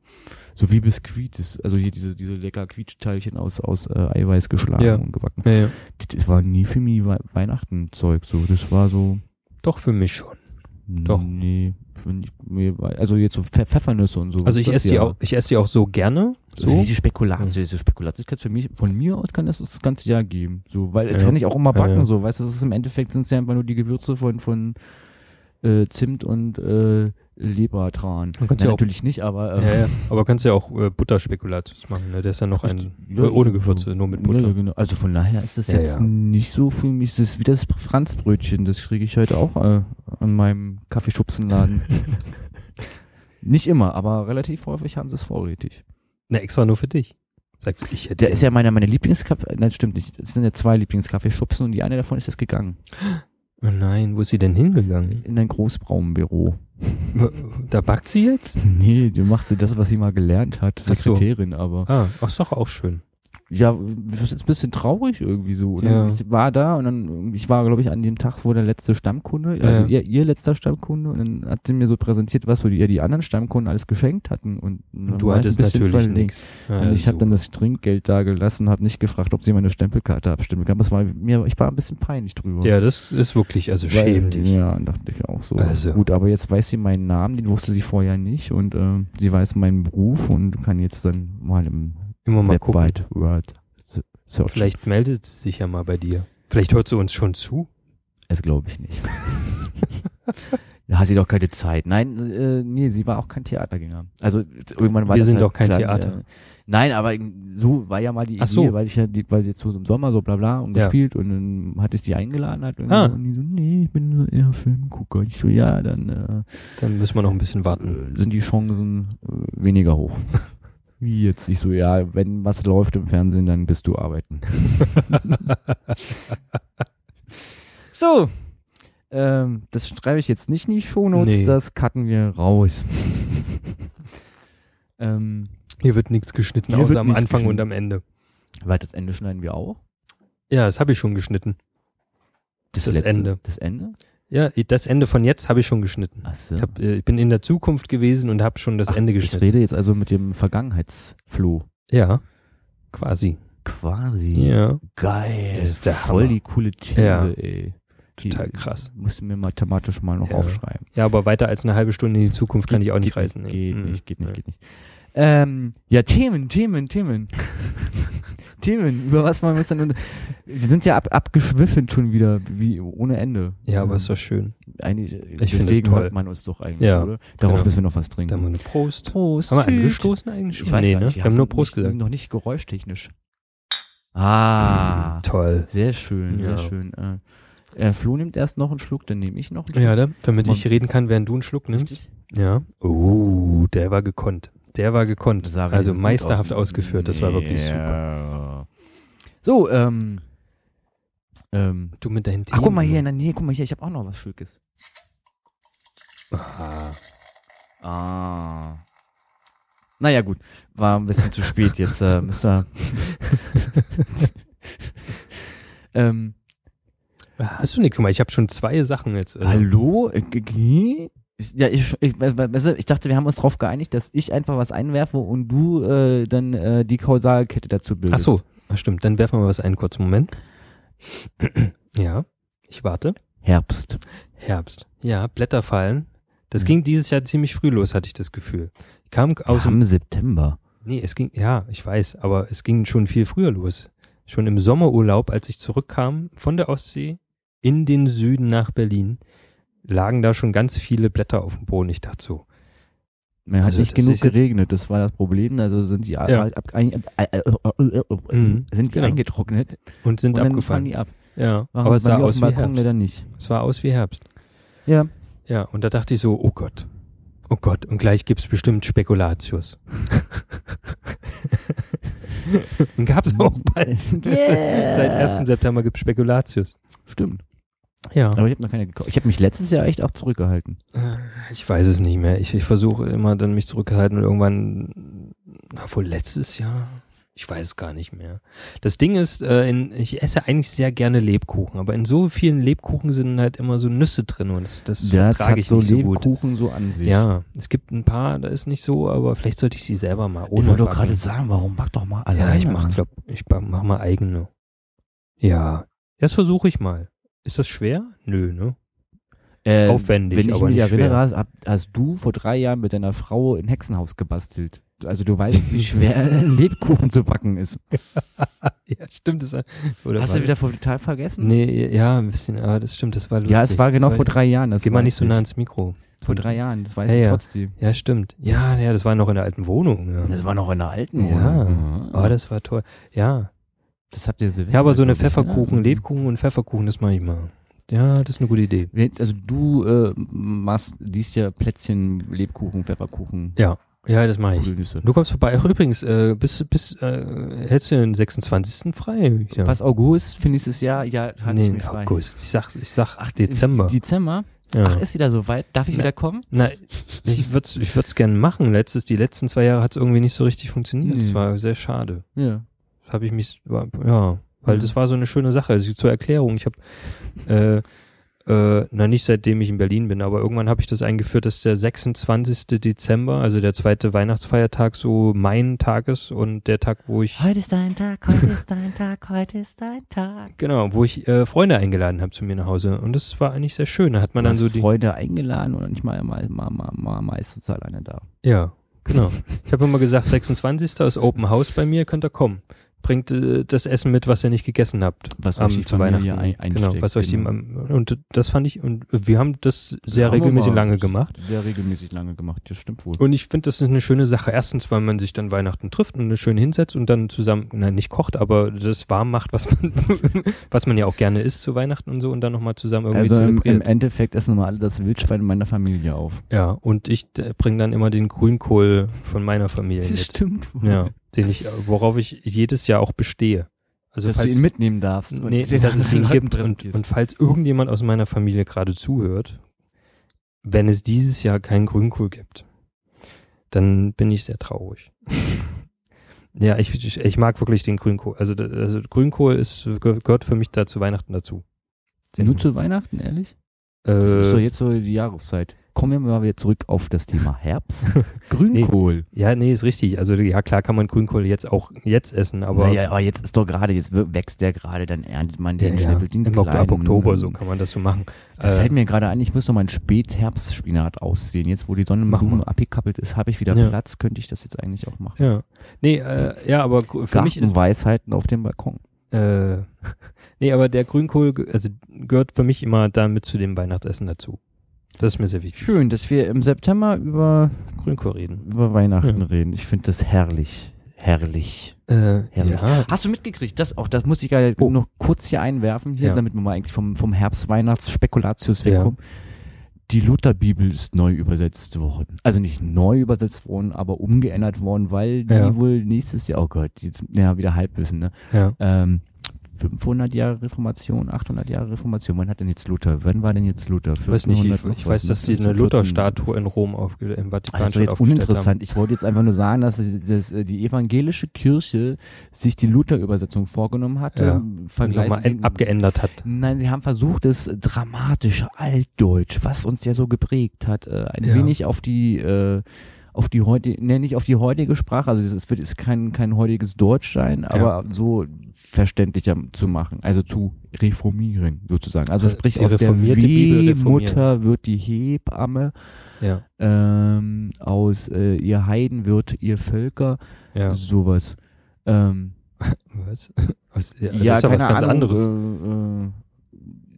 S2: so wie Biskuit. Das, also hier diese, diese lecker Quietschteilchen aus, aus äh, Eiweiß geschlagen
S1: Ja.
S2: und gebacken.
S1: ja, ja.
S2: Das, das war nie für mich Wei- Weihnachten-Zeug. So. Das war so,
S1: Doch, für mich schon. Doch.
S2: nee, find ich, nee, also jetzt so Pfe- Pfeffernüsse und so.
S1: Also ich esse die, auch, ich esse die auch so gerne.
S2: So?
S1: So.
S2: diese Spekulatius, diese Spekulatius kannst du für mich, von mir aus kann das das ganze Jahr geben. So, weil das
S1: Ja.
S2: kann ich auch immer
S1: Ja,
S2: backen,
S1: ja.
S2: so, weißt du, das ist im Endeffekt sind es ja einfach nur die Gewürze von, von äh, Zimt und äh, Lebertran.
S1: Man kann's
S2: Nein,
S1: ja auch-
S2: natürlich nicht, aber
S1: Ja,
S2: äh,
S1: ja. Aber kannst ja auch äh, Butterspekulatius machen. Ne? Der ist ja noch ein,
S2: Ja,
S1: äh, ohne Gewürze, nur mit
S2: ja, ja,
S1: Butter.
S2: genau. Also von daher ist das
S1: Ja,
S2: jetzt
S1: ja.
S2: nicht so für mich. Das ist wie das Franzbrötchen, das kriege ich heute auch äh, an meinem Kaffeeschubsenladen. nicht immer, aber relativ häufig haben sie es vorrätig.
S1: Ne, extra nur für dich. Sagst du, ich hätte.
S2: Der ist ja meine, meine Lieblingskaffee. Nein, stimmt nicht. Es sind ja zwei Lieblingskaffeeschubsen und die eine davon ist jetzt gegangen.
S1: oh nein, wo ist sie denn hingegangen?
S2: In ein Großbraumbüro.
S1: Da backt sie jetzt?
S2: Nee, die macht so das, was sie mal gelernt hat.
S1: Ach so.
S2: Sekretärin, aber.
S1: Ah, ach, ist doch auch schön.
S2: Ja, das ist jetzt ein bisschen traurig irgendwie so. Und
S1: Ja.
S2: dann, ich war da und dann, ich war, glaube ich, an dem Tag, wo der letzte Stammkunde,
S1: Ja.
S2: also ihr, ihr letzter Stammkunde, und dann hat sie mir so präsentiert, was so die, ihr die anderen Stammkunden alles geschenkt hatten. Und,
S1: Und
S2: dann
S1: du
S2: war ich ein
S1: hattest
S2: bisschen
S1: natürlich
S2: verlegen.
S1: nichts. Also. Ja,
S2: Und Also ich habe
S1: so.
S2: dann das Trinkgeld da gelassen, habe nicht gefragt, ob sie meine Stempelkarte abstimmen kann. Das war mir, ich war ein bisschen peinlich drüber.
S1: ja, das ist wirklich, also
S2: Weil-
S1: schäm dich.
S2: Ja, dachte ich auch so.
S1: Also.
S2: Gut, aber jetzt weiß sie meinen Namen, den wusste sie vorher nicht und ähm, sie weiß meinen Beruf und kann jetzt dann mal im
S1: Immer mal gucken.
S2: Webwide World s- searchen.
S1: Vielleicht meldet sie sich ja mal bei dir. Vielleicht hört sie uns schon zu.
S2: Das glaube ich nicht. Da hat sie doch keine Zeit. Nein, äh, nee, sie war auch kein Theatergänger. Also irgendwann war
S1: Wir
S2: das
S1: sind
S2: halt
S1: doch kein
S2: klar,
S1: Theater.
S2: Äh, nein, aber so war ja mal die
S1: Ach
S2: Idee,
S1: so.
S2: weil ich ja, die, weil sie jetzt so im Sommer so bla bla und
S1: Ja.
S2: gespielt und dann hatte ich sie eingeladen halt und,
S1: Ah.
S2: und die so, nee, ich bin nur eher Filmgucker. Ich so, ja, dann äh,
S1: Dann müssen wir noch ein bisschen warten.
S2: äh, sind die Chancen äh, weniger hoch. Wie jetzt? Ich so, ja, wenn was läuft im Fernsehen, dann bist du arbeiten. so. Ähm, das schreibe ich jetzt nicht in die Shownotes,
S1: Nee.
S2: das cutten wir raus. ähm,
S1: Hier wird nichts geschnitten,
S2: Hier wird
S1: außer am
S2: nichts
S1: Anfang
S2: geschnitten.
S1: und am Ende.
S2: weil das Ende schneiden wir auch.
S1: Ja, das habe ich schon geschnitten. Das Ende.
S2: Das Ende?
S1: Ja, das Ende von jetzt habe ich schon geschnitten.
S2: Achso.
S1: Ich, hab, äh, ich bin in der Zukunft gewesen und habe schon das Ende
S2: Ich
S1: geschnitten.
S2: rede jetzt also mit dem Vergangenheitsfloh.
S1: Ja, quasi.
S2: Quasi.
S1: Ja,
S2: Geil.
S1: Ist der
S2: Voll
S1: Hammer.
S2: die coole These,
S1: Ja.
S2: ey. Die-
S1: total krass.
S2: Musst du mir mathematisch mal noch
S1: Ja.
S2: aufschreiben.
S1: Ja, aber weiter als eine halbe Stunde in die Zukunft kann ich auch nicht
S2: Geht-
S1: reisen. Nee.
S2: Geht
S1: Mhm.
S2: nicht, geht nicht,
S1: Nee.
S2: geht nicht. Ähm, ja, Themen, Themen, Themen. Themen, über was man muss dann. unter- Wir sind ja ab, abgeschwiffen schon wieder, wie ohne Ende. Ähm,
S1: Ja, aber ist doch schön.
S2: eigentlich,
S1: das
S2: deswegen
S1: toll.
S2: hört man uns doch eigentlich,
S1: Ja,
S2: oder? Darauf
S1: genau.
S2: müssen wir noch was
S1: Dann
S2: trinken.
S1: mal eine Prost.
S2: Prost.
S1: Haben wir
S2: Tschüss.
S1: angestoßen eigentlich?
S2: Ich weiß
S1: nee,
S2: gar
S1: ne?
S2: nicht,
S1: Wir haben nur Prost
S2: nicht,
S1: gesagt. Mhm,
S2: Noch nicht geräuschtechnisch. Ah,
S1: Toll.
S2: sehr schön,
S1: Ja.
S2: sehr schön. Äh, äh, Flo nimmt erst noch einen Schluck, dann nehme ich noch einen Schluck.
S1: Ja, ne? da, damit
S2: Man-
S1: ich reden kann, während du einen Schluck nimmst.
S2: Richtig?
S1: Ja. Oh, der war gekonnt. Der war gekonnt.
S2: Das sah
S1: also
S2: wirklich gut
S1: meisterhaft
S2: aus.
S1: ausgeführt. Das war wirklich super.
S2: Ja. So, ähm, ähm,
S1: Du mit deinen Themen.
S2: ach, guck mal hier, nein, hier, guck mal hier, ich habe auch noch was Schickes. Ah. Naja, gut, war ein bisschen zu spät jetzt, äh, müssen wir. ähm,
S1: Hast du nichts gemacht? Ich habe schon zwei Sachen jetzt. also.
S2: hallo? Äh, g- g- Ich- Ja, ich, ich, we- we- weißt du, ich dachte, wir haben uns darauf geeinigt, dass ich einfach was einwerfe und du äh, dann äh, die Kausalkette dazu
S1: Ach
S2: bildest.
S1: so, ah, stimmt. Dann werfen wir was ein, kurz Moment. ja, ich warte.
S2: Herbst.
S1: Herbst. Ja, Blätter fallen. Das
S2: Hm.
S1: ging dieses Jahr ziemlich früh los, hatte ich das Gefühl. Ich kam aus dem,
S2: Am September.
S1: nee, es ging, ja, ich weiß, aber es ging schon viel früher los. Schon im Sommerurlaub, als ich zurückkam von der Ostsee in den Süden nach Berlin, lagen da schon ganz viele Blätter auf dem Boden. Ich dachte so,
S2: Ja, hat
S1: Also
S2: nicht
S1: das
S2: genug
S1: ist jetzt-
S2: geregnet, das war das Problem. Also sind die,
S1: Ja.
S2: ab, ab, ein, ab, äh, äh, äh, äh,
S1: Mhm.
S2: sind die
S1: Genau.
S2: eingetrocknet
S1: und sind
S2: und dann
S1: abgefallen.
S2: fahren die ab.
S1: ja,
S2: Warum
S1: aber es
S2: waren
S1: sah
S2: die
S1: aus
S2: auf
S1: wie
S2: dem Balkon ne?
S1: Herbst.
S2: leider nicht?
S1: Es war aus wie Herbst.
S2: Ja.
S1: Ja, und da dachte ich so, oh Gott, oh Gott, und gleich gibt's bestimmt Spekulatius. und gab's
S2: Oh,
S1: auch bald. Seit
S2: Äh.
S1: 1. September gibt's Spekulatius.
S2: Stimmt.
S1: Ja,
S2: Aber ich habe noch keine gekauft. Ich habe mich letztes Jahr echt auch zurückgehalten.
S1: äh, ich weiß es nicht mehr. Ich, ich versuche immer dann mich zurückzuhalten und irgendwann, na wohl letztes Jahr, Ich weiß gar nicht mehr. Das Ding ist, äh, in, ich esse eigentlich sehr gerne Lebkuchen, aber in so vielen Lebkuchen sind halt immer so Nüsse drin und das, das
S2: Der
S1: vertrage
S2: hat
S1: ich
S2: so
S1: nicht so gut.
S2: Lebkuchen so an sich.
S1: Ja, es gibt ein paar, da ist nicht so, aber vielleicht sollte ich sie selber mal ohne
S2: ich wollte doch
S1: backen.
S2: gerade sagen, warum back doch mal alle.
S1: Ja, ich mach, glaub, ich ba- mach mal eigene. Ja, das versuche ich mal. Ist das schwer? Nö, ne?
S2: äh,
S1: Aufwendig,
S2: Wenn ich
S1: aber
S2: mich
S1: nicht
S2: erinnere,
S1: schwer.
S2: hast, hab- hast du vor drei Jahren mit deiner Frau ein Hexenhaus gebastelt. Also du weißt, wie schwer ein Lebkuchen zu backen ist.
S1: Ja, stimmt. Das, oder
S2: Hast
S1: war-
S2: du wieder vor- total vergessen?
S1: Nee, ja, ein bisschen, aber das stimmt, das war lustig.
S2: ja, es war
S1: das
S2: genau vor drei Jahren. Das
S1: Geh mal
S2: weiß
S1: nicht so
S2: ich.
S1: nah ans Mikro.
S2: Vor drei Jahren, das weiß
S1: Ja,
S2: ich
S1: ja.
S2: trotzdem.
S1: Ja, stimmt. Ja, ja, das war noch in der alten Wohnung. Ja.
S2: war noch in der alten
S1: Ja.
S2: Wohnung.
S1: Oh, das war toll. Ja.
S2: das habt ihr Silvester.
S1: Ja, aber so eine
S2: glaub ich,
S1: Pfefferkuchen,
S2: ne?
S1: Lebkuchen und Pfefferkuchen, das mache ich mal. Ja, das ist eine gute Idee.
S2: Wenn- Also du äh, machst dies Jahr Plätzchen, Lebkuchen, Pfefferkuchen,
S1: Ja, ja, das mache ich.
S2: Nüsse.
S1: Du kommst vorbei. Ach, übrigens, äh, bis, bis, äh, hättest du den 26. frei? Ja.
S2: Was August finde ich das Jahr? Ja, hatte
S1: Nee,
S2: ich mich frei.
S1: August. Ich sag, ich sag
S2: Ach,
S1: Dezember.
S2: Dezember?
S1: ja.
S2: Ach, ist wieder soweit. Darf ich
S1: Na.
S2: wieder kommen?
S1: Na, ich würde es ich würd's gerne machen. Letztes, die letzten zwei Jahre hat es irgendwie nicht so richtig funktioniert.
S2: Nee.
S1: Das war sehr schade.
S2: Ja.
S1: habe ich mich, war, ja, weil
S2: Mhm.
S1: das war so eine schöne Sache. Also zur Erklärung, ich habe, äh, äh, na nicht seitdem ich in Berlin bin, aber irgendwann habe ich das eingeführt, dass der 26. Dezember, also der zweite Weihnachtsfeiertag, so mein Tag ist und der Tag, wo ich,
S2: Halt.
S3: Heute ist dein Tag, heute ist dein Tag, heute ist dein Tag.
S1: genau, wo ich äh, Freunde eingeladen habe zu mir nach Hause. Und das war eigentlich sehr schön. Da hat man
S2: Du
S1: dann
S2: hast
S1: so die,
S2: Freunde eingeladen oder nicht mal, mal, mal, mal, mal meistens alleine da.
S1: ja, genau. ich habe immer gesagt, 26. ist Open House bei mir, könnt ihr kommen. Bringt äh, das Essen mit, was ihr nicht gegessen habt.
S2: Was
S1: am
S2: euch die
S1: zu
S2: Familie
S1: Weihnachten
S2: ein, einsteckt.
S1: Genau, was euch die, am- und das fand ich, und wir haben das sehr
S2: Haben wir
S1: regelmäßig
S2: mal
S1: lange gemacht.
S2: Sehr regelmäßig lange gemacht, das stimmt wohl.
S1: Und ich finde, das ist eine schöne Sache. Erstens, weil man sich dann Weihnachten trifft und eine schöne hinsetzt und dann zusammen, nein, nicht kocht, aber das warm macht, was man, was man ja auch gerne isst zu Weihnachten und so und dann nochmal zusammen irgendwie
S2: Also im, im
S1: zelebriert.
S2: Endeffekt essen wir alle das Wildschwein meiner Familie auf.
S1: ja, und ich bringe dann immer den Grünkohl von meiner Familie mit.
S2: stimmt wohl.
S1: Ja, den ich, worauf ich jedes Jahr auch bestehe. Also
S2: dass du
S1: falls
S2: ihn mitnehmen darfst.
S1: nee,
S2: den
S1: dass es ihn
S2: anderen
S1: gibt.
S2: Leuten
S1: Und,
S2: präsentierst.
S1: und falls irgendjemand aus meiner Familie gerade zuhört, wenn es dieses Jahr keinen Grünkohl gibt, dann bin ich sehr traurig. ja, ich, ich, ich mag wirklich den Grünkohl. Also, da- also Grünkohl ist, geh- gehört für mich da zu Weihnachten dazu.
S2: Nur zu Weihnachten, ehrlich? Das ist so
S1: äh,
S2: jetzt so die Jahreszeit. Kommen wir mal wieder zurück auf das Thema Herbst. Grünkohl.
S1: ja, nee, ist richtig. Also ja, klar kann man Grünkohl jetzt auch jetzt essen, aber
S2: naja, aber jetzt ist doch gerade, jetzt wir- wächst der gerade, dann erntet man
S1: ja,
S2: den,
S1: ja,
S2: schnippelt den
S1: im Ok-
S2: kleinen. ähm,
S1: ab Oktober so kann man das so machen.
S2: Das
S1: Äh,
S2: fällt mir gerade ein, ich muss noch meinen Spätherbstspinat aussehen. Jetzt, wo die
S1: Mach mal.
S2: Sonnenblume abgekappelt ist, habe ich wieder
S1: Ja.
S2: Platz, könnte ich das jetzt eigentlich auch machen.
S1: ja. Nee, äh, ja, aber gr- für mich ist
S2: Gartenweisheiten auf dem Balkon.
S1: Äh, nee, aber der Grünkohl ge- also gehört für mich immer damit zu dem Weihnachtsessen dazu. Das ist mir sehr wichtig.
S2: Schön, dass wir im September über,
S1: Grünkohl reden.
S2: über Weihnachten
S1: Ja.
S2: reden. Ich finde das herrlich. Herrlich.
S1: Äh,
S2: Herrlich.
S1: ja,
S2: Hast du mitgekriegt? Das auch, das muss ich gerade
S1: Oh.
S2: noch kurz hier einwerfen, hier,
S1: Ja.
S2: damit wir mal eigentlich vom, vom Herbst-Weihnachts-Spekulatius
S1: Ja.
S2: wegkommen. Die Lutherbibel ist neu übersetzt worden. Also nicht neu übersetzt worden, aber umgeändert worden, weil die
S1: Ja.
S2: wohl nächstes Jahr, oh Gott, jetzt ja, wieder Halbwissen, ne?
S1: ja.
S2: Ähm, 500 Jahre Reformation, 800 Jahre Reformation. Wann hat denn jetzt Luther? Wann war denn jetzt Luther?
S1: Ich weiß nicht, ich,
S2: 1400
S1: ich
S2: noch
S1: weiß,
S2: was,
S1: dass die eine
S2: 1514.
S1: Lutherstatue in Rom aufge im Vatikan
S2: Ah, Das ist doch Also jetzt
S1: aufgestellt
S2: uninteressant. Ich wollte jetzt einfach nur sagen, dass, es- dass äh, die evangelische Kirche sich die Luther-Übersetzung vorgenommen hatte.
S1: Ja.
S2: ähm,
S1: haben. Und
S2: vergleichen-
S1: nochmal ein- abgeändert hat.
S2: Nein, sie haben versucht, das dramatische Altdeutsch, was uns ja so geprägt hat, äh, ein
S1: Ja.
S2: wenig auf die äh, auf die heute, ne, nicht auf die heutige Sprache, also es wird ist kein, kein heutiges Deutsch sein, aber so verständlicher zu machen, also zu reformieren sozusagen. Also
S1: Äh,
S2: sprich
S1: die
S2: aus der
S1: reformierte Bibel reformieren.
S2: Mutter wird die Hebamme,
S1: Ja,
S2: ähm, aus äh, ihr Heiden wird ihr Völker,
S1: ja.
S2: sowas. Ähm,
S1: Was? Aus, ja,
S2: ja,
S1: das ist ja
S2: keine
S1: was ganz
S2: Ahnung,
S1: anderes.
S2: Äh, äh,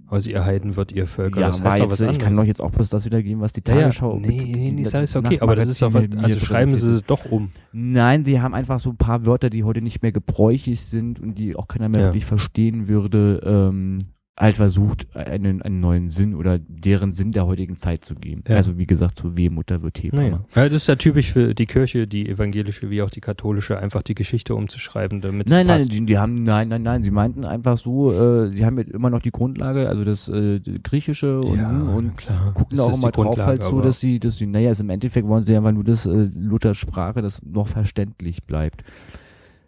S1: Aus ihr Heiden wird ihr Völker.
S2: ja,
S1: das
S2: war
S1: heißt doch was
S2: jetzt, ich kann doch
S1: anderes.
S2: jetzt auch bloß das wiedergeben, was die
S1: Ja, ja.
S2: Tagesschau
S1: Nee, nee, nee,
S2: die-
S1: ist alles
S2: das
S1: okay, aber das ist doch was,
S2: Nachtmagazin
S1: also
S2: mir
S1: schreiben sie
S2: präsentiert.
S1: doch um.
S2: Nein, sie haben einfach so ein paar Wörter, die heute nicht mehr gebräuchlich sind und die auch keiner mehr
S1: Ja.
S2: wirklich verstehen würde, ähm, halt versucht, einen, einen neuen Sinn oder deren Sinn der heutigen Zeit zu geben.
S1: Ja.
S2: Also wie gesagt, so Wehmutter wird Hebamme.
S1: Naja. Ja, das ist ja typisch für die Kirche, die evangelische wie auch die katholische, einfach die Geschichte umzuschreiben, damit sie
S2: Nein, nein,
S1: passt.
S2: die, die haben, nein, nein, nein, sie meinten einfach so, äh, die haben jetzt immer noch die Grundlage, also das äh, Griechische und, und
S1: klar.
S2: gucken da
S1: Das
S2: auch
S1: ist
S2: immer
S1: die
S2: drauf
S1: Grundlage,
S2: halt so,
S1: aber-
S2: dass sie, dass sie, naja, also im Endeffekt wollen sie einfach nur, dass äh, Luthers Sprache das noch verständlich bleibt.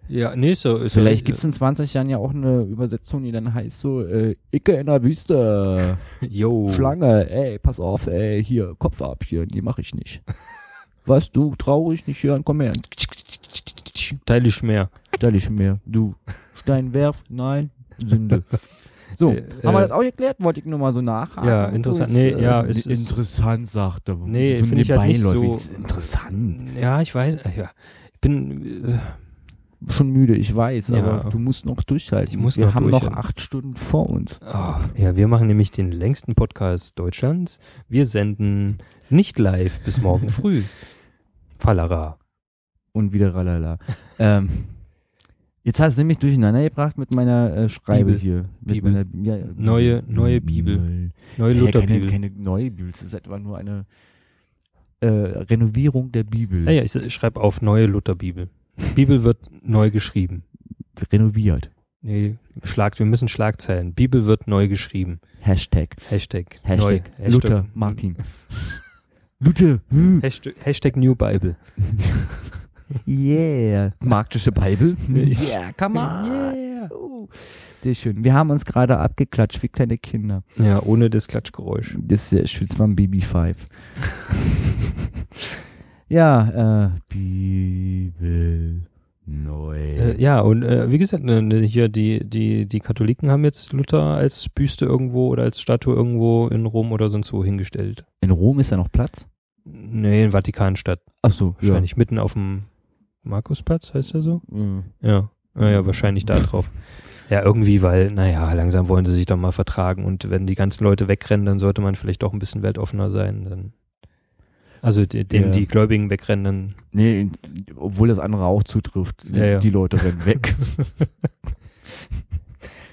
S1: Ja, nee, so ist
S2: Vielleicht gibt es in 20 Jahren ja auch eine Übersetzung, die dann heißt so, äh, Icke in der Wüste,
S1: äh, Yo.
S2: Schlange, ey, pass auf, ey, hier, Kopf ab, hier, die mache ich nicht. Was, du, traurig, nicht hören, komm her.
S1: Teil ich mehr.
S2: Stell ich mir, du, Stein werf, nein, Sünde. So,
S1: Äh,
S2: haben wir
S1: äh,
S2: das auch geklärt? Wollte ich nur mal so nachhaken.
S1: Ja,
S2: und
S1: interessant.
S2: so.
S1: Nee,
S2: Ist,
S1: ja,
S2: ähm,
S1: es ist-
S2: interessant, sagt er.
S1: Nee,
S2: So mit
S1: finde ich
S2: den
S1: halt nicht
S2: Beinen läuft.
S1: so-
S2: Ist Interessant.
S1: Ja, ich weiß. ach Ja. Ich bin. Äh,
S2: Schon müde, ich weiß,
S1: Ja.
S2: aber du musst noch durchhalten.
S1: Ich muss
S2: wir
S1: noch
S2: haben noch
S1: durchhalten.
S2: acht Stunden vor uns.
S1: oh, ja, wir machen nämlich den längsten Podcast Deutschlands. Wir senden nicht live bis morgen früh. Fallara.
S2: Und wieder ralala. ähm, jetzt hast du mich durcheinander gebracht mit meiner äh, Schreibe
S1: Bibel.
S2: hier. Mit
S1: Bibel.
S2: Meiner, ja,
S1: Neue- neue Bibel. Neue
S2: Neue Lutherbibel.
S1: Lutherbibel.
S2: Keine, keine neue Bibel, es ist etwa nur eine äh, Renovierung der Bibel.
S1: Ah, Ja, ja, ich, ich schreibe auf neue Lutherbibel. Bibel wird neu geschrieben.
S2: Renoviert.
S1: Nee, Schlag, wir müssen Schlagzeilen. Bibel wird neu geschrieben.
S2: Hashtag.
S1: Hashtag.
S2: Hashtag,
S1: neu. Hashtag
S2: Luther Martin. Luther. hm,
S1: Hashtag, Hashtag New Bible.
S2: Yeah. Marktische Bibel. yeah, come
S1: Yeah.
S2: Oh. Sehr schön. Wir haben uns gerade abgeklatscht wie kleine Kinder.
S1: Ja, ohne das Klatschgeräusch.
S2: Das ist sehr schön. Das war ein Baby Five. ja, äh, Bibel neu.
S1: Äh, ja, und äh, wie gesagt, ne, ne, hier die, die, die Katholiken haben jetzt Luther als Büste irgendwo oder als Statue irgendwo in Rom oder sonst wo hingestellt.
S2: In Rom ist ja noch Platz.
S1: Nee, in Vatikanstadt.
S2: Achso,
S1: Wahrscheinlich mitten auf dem Markusplatz, heißt er so?
S2: Mhm.
S1: Ja. Naja, wahrscheinlich da drauf. Ja, irgendwie, weil, naja, langsam wollen sie sich doch mal vertragen und wenn die ganzen Leute wegrennen, dann sollte man vielleicht doch ein bisschen weltoffener sein. Dann. Also de- dem
S2: Ja.
S1: die Gläubigen wegrennen, dann
S2: Nee, obwohl das andere auch zutrifft.
S1: Ja, ja.
S2: Die Leute rennen weg.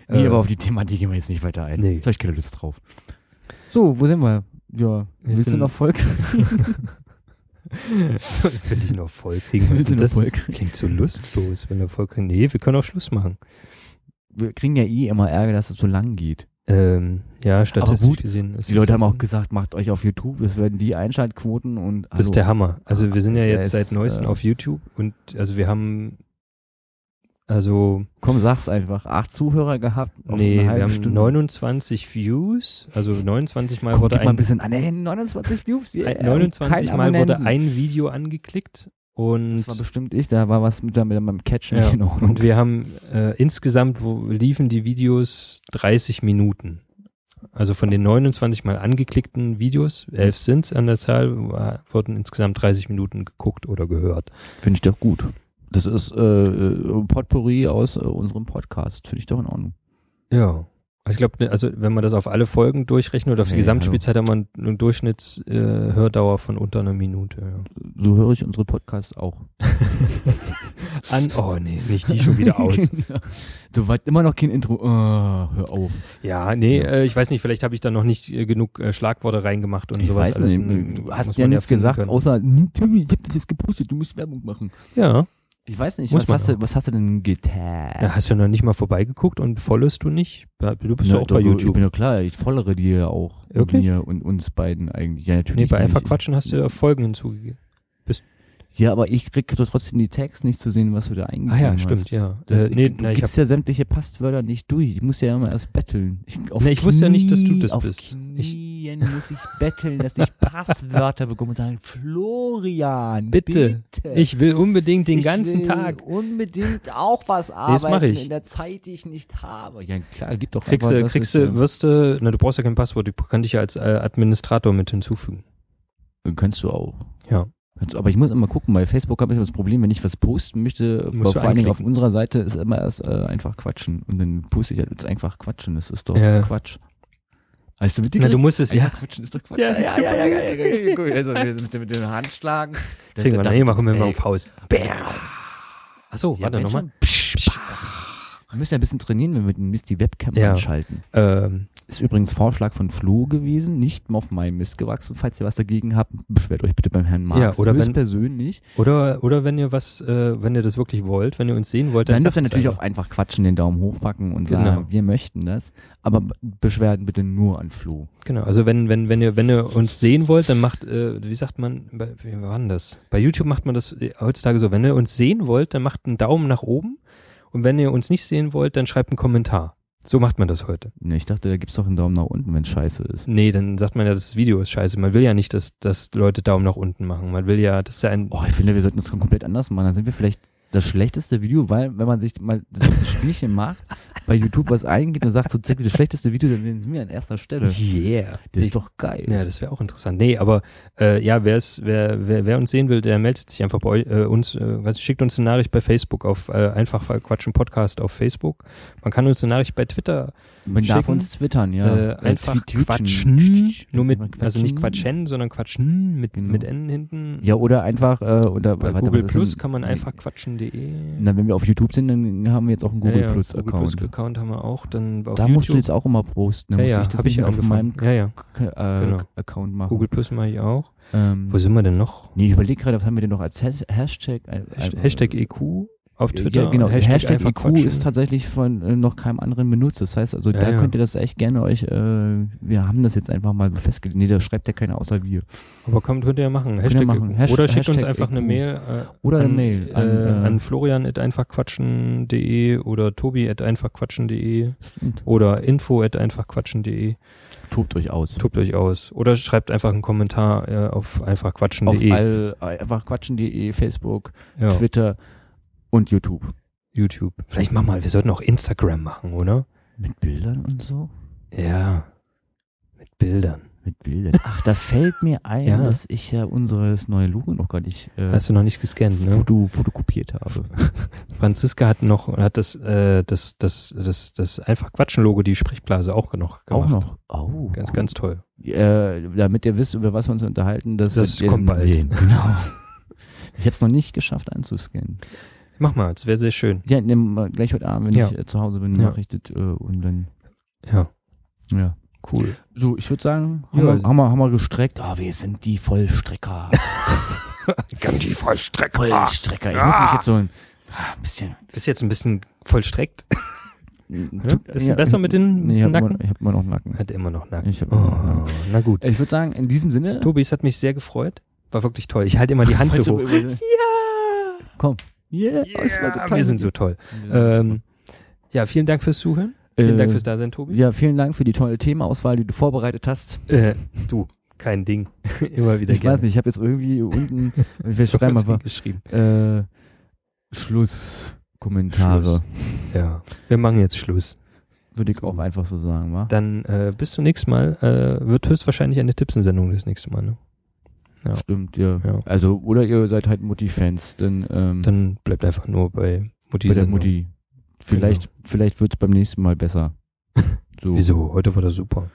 S2: Nee,
S1: Äh,
S2: aber auf die Thematik gehen wir jetzt nicht weiter ein.
S1: Nee.
S2: Da hab ich keine Lust drauf. So, wo sind wir? Ja,
S1: Wir
S2: willst du
S1: sind-
S2: noch Volk?
S1: will ich noch voll kriegen. Was ist denn das? Klingt so lustlos, wenn der Volker. Nee, wir können auch Schluss machen.
S2: Wir kriegen ja eh immer Ärger, dass es so lang geht.
S1: Ähm, ja, statistisch
S2: gut,
S1: gesehen ist
S2: Die Leute
S1: es
S2: haben
S1: jetzt-
S2: auch gesagt, macht euch auf YouTube, das werden die Einschaltquoten und
S1: Das ist der Hammer. Also wir sind ja
S2: Das
S1: jetzt
S2: heißt,
S1: seit neuestem
S2: äh,
S1: auf YouTube und also wir haben also
S2: komm, sag's einfach. Acht Zuhörer gehabt. auf
S1: nee,
S2: eine
S1: wir
S2: halbe
S1: haben
S2: Stunde.
S1: 29 Views, also 29 Mal
S2: Komm,
S1: wurde
S2: gib mal ein
S1: ein, Äh,
S2: bisschen an. Hey, 29 Views. Yeah,
S1: ein 29
S2: Kein
S1: Mal wurde
S2: Abonnenten.
S1: ein Video angeklickt und
S2: Das war bestimmt ich, da war was mit, mit meinem Catch nicht
S1: Ja.
S2: in Ordnung.
S1: und wir haben äh, insgesamt wo, liefen die Videos 30 Minuten. Also von den 29 mal angeklickten Videos, elf sind an der Zahl, war, wurden insgesamt 30 Minuten geguckt oder gehört.
S2: Finde ich doch gut. Das ist äh, äh, Potpourri aus äh, unserem Podcast. Finde ich doch in Ordnung.
S1: Ja. Ich glaube, also wenn man das auf alle Folgen durchrechnet oder auf die
S2: Nee,
S1: Gesamtspielzeit, hat man eine Durchschnittshördauer äh, Hördauer von unter einer Minute.
S2: So höre ich unsere Podcasts auch.
S1: Ja. An, oh nee, nicht die schon wieder aus.
S2: Genau. so weit immer noch kein Intro. Äh, hör auf.
S1: ja, nee,
S2: Ja.
S1: Äh, ich weiß nicht, vielleicht habe ich da noch nicht äh, genug äh, Schlagworte reingemacht und sowas. alles. Mm,
S2: du hast
S1: muss
S2: ja
S1: man
S2: nichts
S1: finden
S2: gesagt,
S1: können.
S2: außer, "Nee, Timmy, ich hab das jetzt gepostet, du musst Werbung machen.
S1: Ja.
S2: Ich weiß nicht,
S1: Muss
S2: was
S1: man
S2: hast, du,
S1: auch.
S2: was hast du denn getan?
S1: Ja, hast du noch nicht mal vorbeigeguckt und followst du nicht? Ja, Du bist ja
S2: Na,
S1: auch bei
S2: doch, Ich
S1: YouTube.
S2: bin ja klar, ich follere dir ja auch.
S1: Wirklich?
S2: Mir und uns beiden eigentlich. Ja, natürlich.
S1: Nee, bei einfach
S2: nicht.
S1: Quatschen hast du ja Folgen hinzugegeben.
S2: Ja, aber ich krieg doch trotzdem die Tags nicht zu sehen, was du da eingegeben
S1: Ah ja,
S2: hast.
S1: stimmt, ja.
S2: Das,
S1: Äh, nee,
S2: du
S1: na, ich, hab,
S2: gibst ja sämtliche Passwörter nicht durch. Ich muss ja immer erst betteln. Ich, auf
S1: Nee, ich wusste ja nicht, dass du das
S2: auf
S1: bist. Ich-
S2: Knien muss ich betteln, dass ich Passwörter bekomme und sagen, Florian,
S1: Bitte,
S2: bitte.
S1: ich will unbedingt den
S2: Ich
S1: ganzen
S2: will
S1: Tag.
S2: unbedingt auch was
S1: das
S2: arbeiten
S1: mach ich.
S2: in der Zeit, die ich nicht habe. Ja, klar, gib doch
S1: Kriegst
S2: einfach
S1: du,
S2: das,
S1: kriegst
S2: was
S1: du, wirst du, na, du brauchst ja kein Passwort, du kann dich ja als äh, Administrator mit hinzufügen.
S2: du. Kannst du auch.
S1: Ja.
S2: Kannst du, aber ich muss immer gucken, bei Facebook habe ich immer das Problem, wenn ich was posten möchte,
S1: Musst du
S2: vor allem
S1: anklicken.
S2: auf unserer Seite ist immer erst äh, einfach quatschen. Und dann poste ich halt jetzt einfach quatschen, das ist doch
S1: Ja.
S2: Quatsch. Weißt du, mit
S1: Na, du musst es, ja.
S2: quatschen ist doch Quatsch.
S1: Ja, ja, ja, ja, ja, ja, ja.
S2: Guck, Also mit, dem- mit dem Handschlagen.
S1: Kriegen wir,
S2: Das-
S1: nee, machen wir mal
S2: ey,
S1: auf Haus. Achso,
S2: Ja,
S1: warte
S2: Mensch,
S1: nochmal.
S2: Wir müssen ja ein bisschen trainieren, wenn wir den Mist die Webcam
S1: Ja.
S2: anschalten.
S1: Ähm,
S2: Ist übrigens Vorschlag von Flo gewesen, nicht auf meinem Mist gewachsen. Falls ihr was dagegen habt, beschwert euch bitte beim Herrn Marx.
S1: Ja, oder wenn-
S2: persönlich.
S1: Oder, oder wenn ihr was, äh, wenn ihr das wirklich wollt, wenn ihr uns sehen wollt, dann,
S2: Dann dürft ihr
S1: sagt es
S2: natürlich auch
S1: einfach.
S2: einfach quatschen, den Daumen hoch packen und
S1: Genau.
S2: sagen, wir möchten das. Aber b- Beschwerden bitte nur an Flo.
S1: Genau, also wenn, wenn, wenn ihr, wenn ihr uns sehen wollt, dann macht, äh, wie sagt man, bei, wie war denn das? Bei YouTube macht man das äh, heutzutage so, wenn ihr uns sehen wollt, dann macht einen Daumen nach oben und wenn ihr uns nicht sehen wollt, dann schreibt einen Kommentar. So macht man das heute.
S2: Ne, Ich dachte, da gibt's doch einen Daumen nach unten, wenn scheiße ist.
S1: Nee, dann sagt man ja, das Video ist scheiße. Man will ja nicht, dass, dass Leute Daumen nach unten machen. Man will ja, dass ja ein,
S2: Oh, ich finde, wir sollten das komplett anders machen. Dann sind wir vielleicht das schlechteste Video, weil wenn man sich mal das, das Spielchen macht, bei YouTube was eingibt und sagt, so zirkel das schlechteste Video, dann sind wir an erster Stelle.
S1: yeah.
S2: Das ist doch geil.
S1: Ja, das wäre auch interessant. Nee, aber äh, ja, wer's, wer, wer, wer uns sehen will, der meldet sich einfach bei euch, äh, uns, äh, was, schickt uns eine Nachricht bei Facebook auf äh, einfach quatschen Podcast auf Facebook. Man kann uns eine Nachricht bei Twitter
S2: Man darf
S1: schicken.
S2: uns twittern, ja.
S1: äh, einfach
S2: tweet- tweetchen.
S1: quatschen, nur mit, also nicht
S2: Quatschen.
S1: quatschen, sondern quatschen mit,
S2: Genau.
S1: mit N hinten.
S2: Ja, oder einfach, äh, oder
S1: bei
S2: warte,
S1: Google
S2: was ist denn-
S1: Plus kann man einfach quatschen.de.
S2: Na, wenn wir auf YouTube sind, dann haben wir jetzt auch einen Google
S1: ja, ja,
S2: Plus
S1: Google Plus
S2: Account.
S1: Account haben wir auch. Dann auf
S2: da
S1: YouTube.
S2: musst du jetzt auch immer posten. Dann
S1: ja,
S2: muss
S1: ja,
S2: ich das
S1: hab ich
S2: nicht auf meinem
S1: angefangen. Ja, ja.
S2: äh,
S1: Genau.
S2: Account machen.
S1: Google Plus mache ich auch.
S2: Ähm,
S1: Wo sind wir denn noch?
S2: nee, ich überlege gerade, was haben wir denn noch als Has- Hashtag? Äh,
S1: Hasht-
S2: äh,
S1: Hashtag EQ auf Twitter.
S2: Ja, genau.
S1: Hashtag,
S2: Hashtag,
S1: einfach
S2: EQ
S1: quatschen.
S2: ist tatsächlich von äh, noch keinem anderen benutzt. Das heißt, also
S1: Ja,
S2: da
S1: ja.
S2: könnt ihr das echt gerne euch, äh, wir haben das jetzt einfach mal festgelegt. Nee, da schreibt ja keiner außer wir.
S1: Aber komm, könnt ihr machen.
S2: Könnt ihr
S1: Hashtag
S2: machen.
S1: EQ.
S2: Hasht-
S1: Oder schickt uns
S2: Hashtag
S1: einfach eine
S2: EQ.
S1: Mail. Äh,
S2: Oder eine
S1: an,
S2: Mail
S1: Äh,
S2: an,
S1: an,
S2: äh,
S1: florian at einfachquatschen.de oder tobi at einfachquatschen.de
S2: Stimmt.
S1: oder info at einfachquatschen.de.
S2: Tobt euch aus.
S1: Tobt euch aus. Oder schreibt einfach einen Kommentar äh, auf
S2: Auf
S1: einfachquatschen.de.
S2: all, äh, einfach quatschen.de, Facebook,
S1: E. Ja,
S2: Twitter und YouTube.
S1: YouTube. Vielleicht mach mal, wir sollten auch Instagram machen, oder?
S2: Mit Bildern und so?
S1: Ja. Mit Bildern.
S2: Mit Bildern. Ach, da fällt mir ein,
S1: Ja.
S2: dass ich ja unseres neue Logo noch gar nicht äh,
S1: Hast du noch nicht gescannt, ne?
S2: Foto, fotokopiert habe.
S1: Franziska hat noch, hat das, äh, das, das, das, das einfach Quatschen-Logo, die Sprechblase auch noch
S2: Auch
S1: gemacht.
S2: noch. Oh.
S1: Ganz, ganz toll.
S2: äh, damit ihr wisst, über was wir uns unterhalten, das,
S1: Das
S2: werdet ihr
S1: kommt
S2: dann
S1: bald.
S2: Sehen. Genau. Ich habe es noch nicht geschafft anzuscannen.
S1: Mach mal, es wäre sehr schön.
S2: Ja, nimm mal gleich heute Abend, wenn
S1: Ja.
S2: ich äh, zu Hause bin,
S1: Ja.
S2: ja. nachrichtet äh, und dann.
S1: Ja,
S2: Ja.
S1: cool.
S2: So, ich würde sagen, haben,
S1: Ja,
S2: wir,
S1: also-
S2: haben, wir, haben wir gestreckt. Ah, wir sind die Vollstrecker.
S1: Ganz die Vollstrecker.
S2: Vollstrecker. Ich muss mich jetzt so ein, ah, ein bisschen.
S1: Bist jetzt ein bisschen vollstreckt. Ja?
S2: Tut-
S1: Bist du besser mit den
S2: Nee, ich habe
S1: Nacken?
S2: immer, ich hab immer noch einen Nacken.
S1: Hat immer noch Nacken.
S2: Ich hab
S1: oh,
S2: immer noch Nacken.
S1: na gut.
S2: Ich würde sagen, in diesem Sinne.
S1: Tobi, es hat mich sehr gefreut. War wirklich toll. Ich halte immer die Hand so hoch.
S2: Ja! Komm. Yeah, es war
S1: Ja,
S2: total
S1: wir sind so
S2: gut.
S1: toll. Ähm, ja, vielen Dank fürs Zuhören. Vielen
S2: Äh,
S1: Dank fürs Dasein, Tobi.
S2: Ja, vielen Dank für die tolle Themenauswahl, die du vorbereitet hast.
S1: Äh, du, kein Ding. immer wieder
S2: Ich
S1: gerne.
S2: weiß nicht, ich habe jetzt irgendwie unten, wir
S1: So
S2: schreiben
S1: was
S2: einfach,
S1: geschrieben.
S2: äh, Schlusskommentare.
S1: Schluss. Ja, wir machen jetzt Schluss.
S2: Würde ich auch einfach so sagen, wa?
S1: Dann äh, bis zum nächsten Mal. Äh, wird höchstwahrscheinlich eine Tippsensendung das nächste Mal. Ne? ja.
S2: Stimmt, ja.
S1: Ja.
S2: Also, oder ihr seid halt Mutti-Fans, dann, ähm,
S1: Dann bleibt einfach nur bei Mutti.
S2: bei der
S1: Sendung.
S2: Mutti. Vielleicht, vielleicht wird's beim nächsten Mal besser. So.
S1: Wieso? Heute war das super.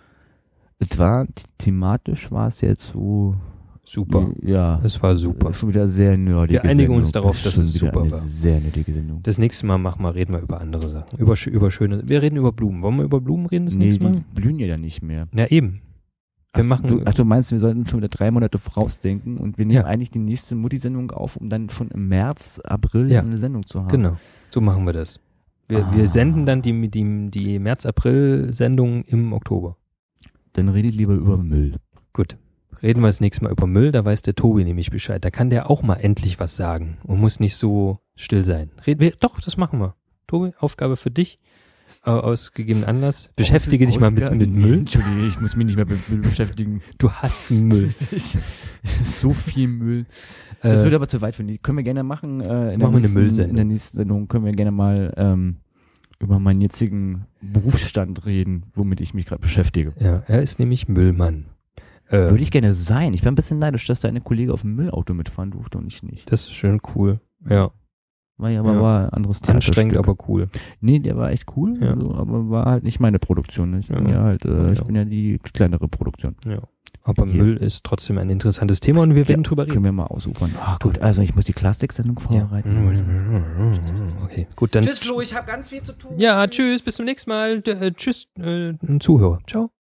S2: Es war, th- thematisch war es jetzt so,
S1: Super.
S2: ja,
S1: Es war super.
S2: schon wieder sehr nerdige
S1: Wir einigen uns
S2: Sendung.
S1: darauf, dass
S2: schon
S1: es
S2: wieder
S1: super
S2: eine
S1: war.
S2: sehr nerdige Sendung.
S1: Das nächste Mal machen wir, reden wir über andere Sachen. Über, sch- über schöne. Wir reden über Blumen. Wollen wir über Blumen reden das
S2: nee,
S1: nächste
S2: die
S1: Mal?
S2: blühen ja dann nicht mehr.
S1: Ja, eben. Wir
S2: ach,
S1: machen.
S2: du, ach, du meinst, wir sollten schon wieder drei Monate vorausdenken und wir nehmen
S1: Ja.
S2: eigentlich die nächste Mutti-Sendung auf, um dann schon im März, April
S1: Ja.
S2: eine Sendung zu haben.
S1: genau. So machen wir das. Wir, wir
S2: Ah.
S1: senden dann die, die, die März-April-Sendung im Oktober.
S2: Dann redet lieber über Müll.
S1: Gut. Reden wir das nächste Mal über Müll, da weiß der Tobi nämlich Bescheid. Da kann der auch mal endlich was sagen und muss nicht so still sein. Reden wir, doch, das machen wir. Tobi, Aufgabe für dich äh, aus gegebenen Anlass. Beschäftige dich mal mit,
S2: Ausgaben-
S1: mit Müll.
S2: Entschuldige, ich muss mich nicht mehr mit Müll beschäftigen.
S1: Du hast Müll.
S2: Ich- so viel Müll. Das
S1: Äh,
S2: wird aber zu weit für die. Können wir gerne machen. Äh,
S1: Machen
S2: in der
S1: wir eine
S2: nächsten,
S1: Müllsendung.
S2: In der nächsten Sendung können wir gerne mal ähm, über meinen jetzigen Berufsstand reden, womit ich mich gerade beschäftige.
S1: Äh, ja, er ist nämlich Müllmann. Äh,
S2: Würde ich gerne sein. Ich bin ein bisschen neidisch, dass deine Kollege auf dem Müllauto mitfahren durfte und ich nicht.
S1: das ist schön cool. Ja,
S2: War ja aber
S1: Ja.
S2: war ein anderes
S1: anstrengend,
S2: Theaterstück.
S1: aber cool.
S2: Nee, der war echt cool, also,
S1: Ja.
S2: so, aber war halt nicht meine Produktion. Ich bin
S1: Ja.
S2: ja, halt, äh,
S1: Ja.
S2: ich bin ja die kleinere Produktion.
S1: Ja. Aber
S2: Ja.
S1: Müll ist trotzdem ein interessantes Thema und wir werden drüber reden.
S2: Können wir mal ausufern. Mhm. Ah, gut, also ich muss die Klassik-Sendung vorbereiten.
S1: Okay, gut, dann.
S4: Tschüss, Flo, ich habe ganz viel zu tun.
S1: Ja, tschüss, bis zum nächsten Mal. D äh, tschüss, äh, Zuhörer. Ciao.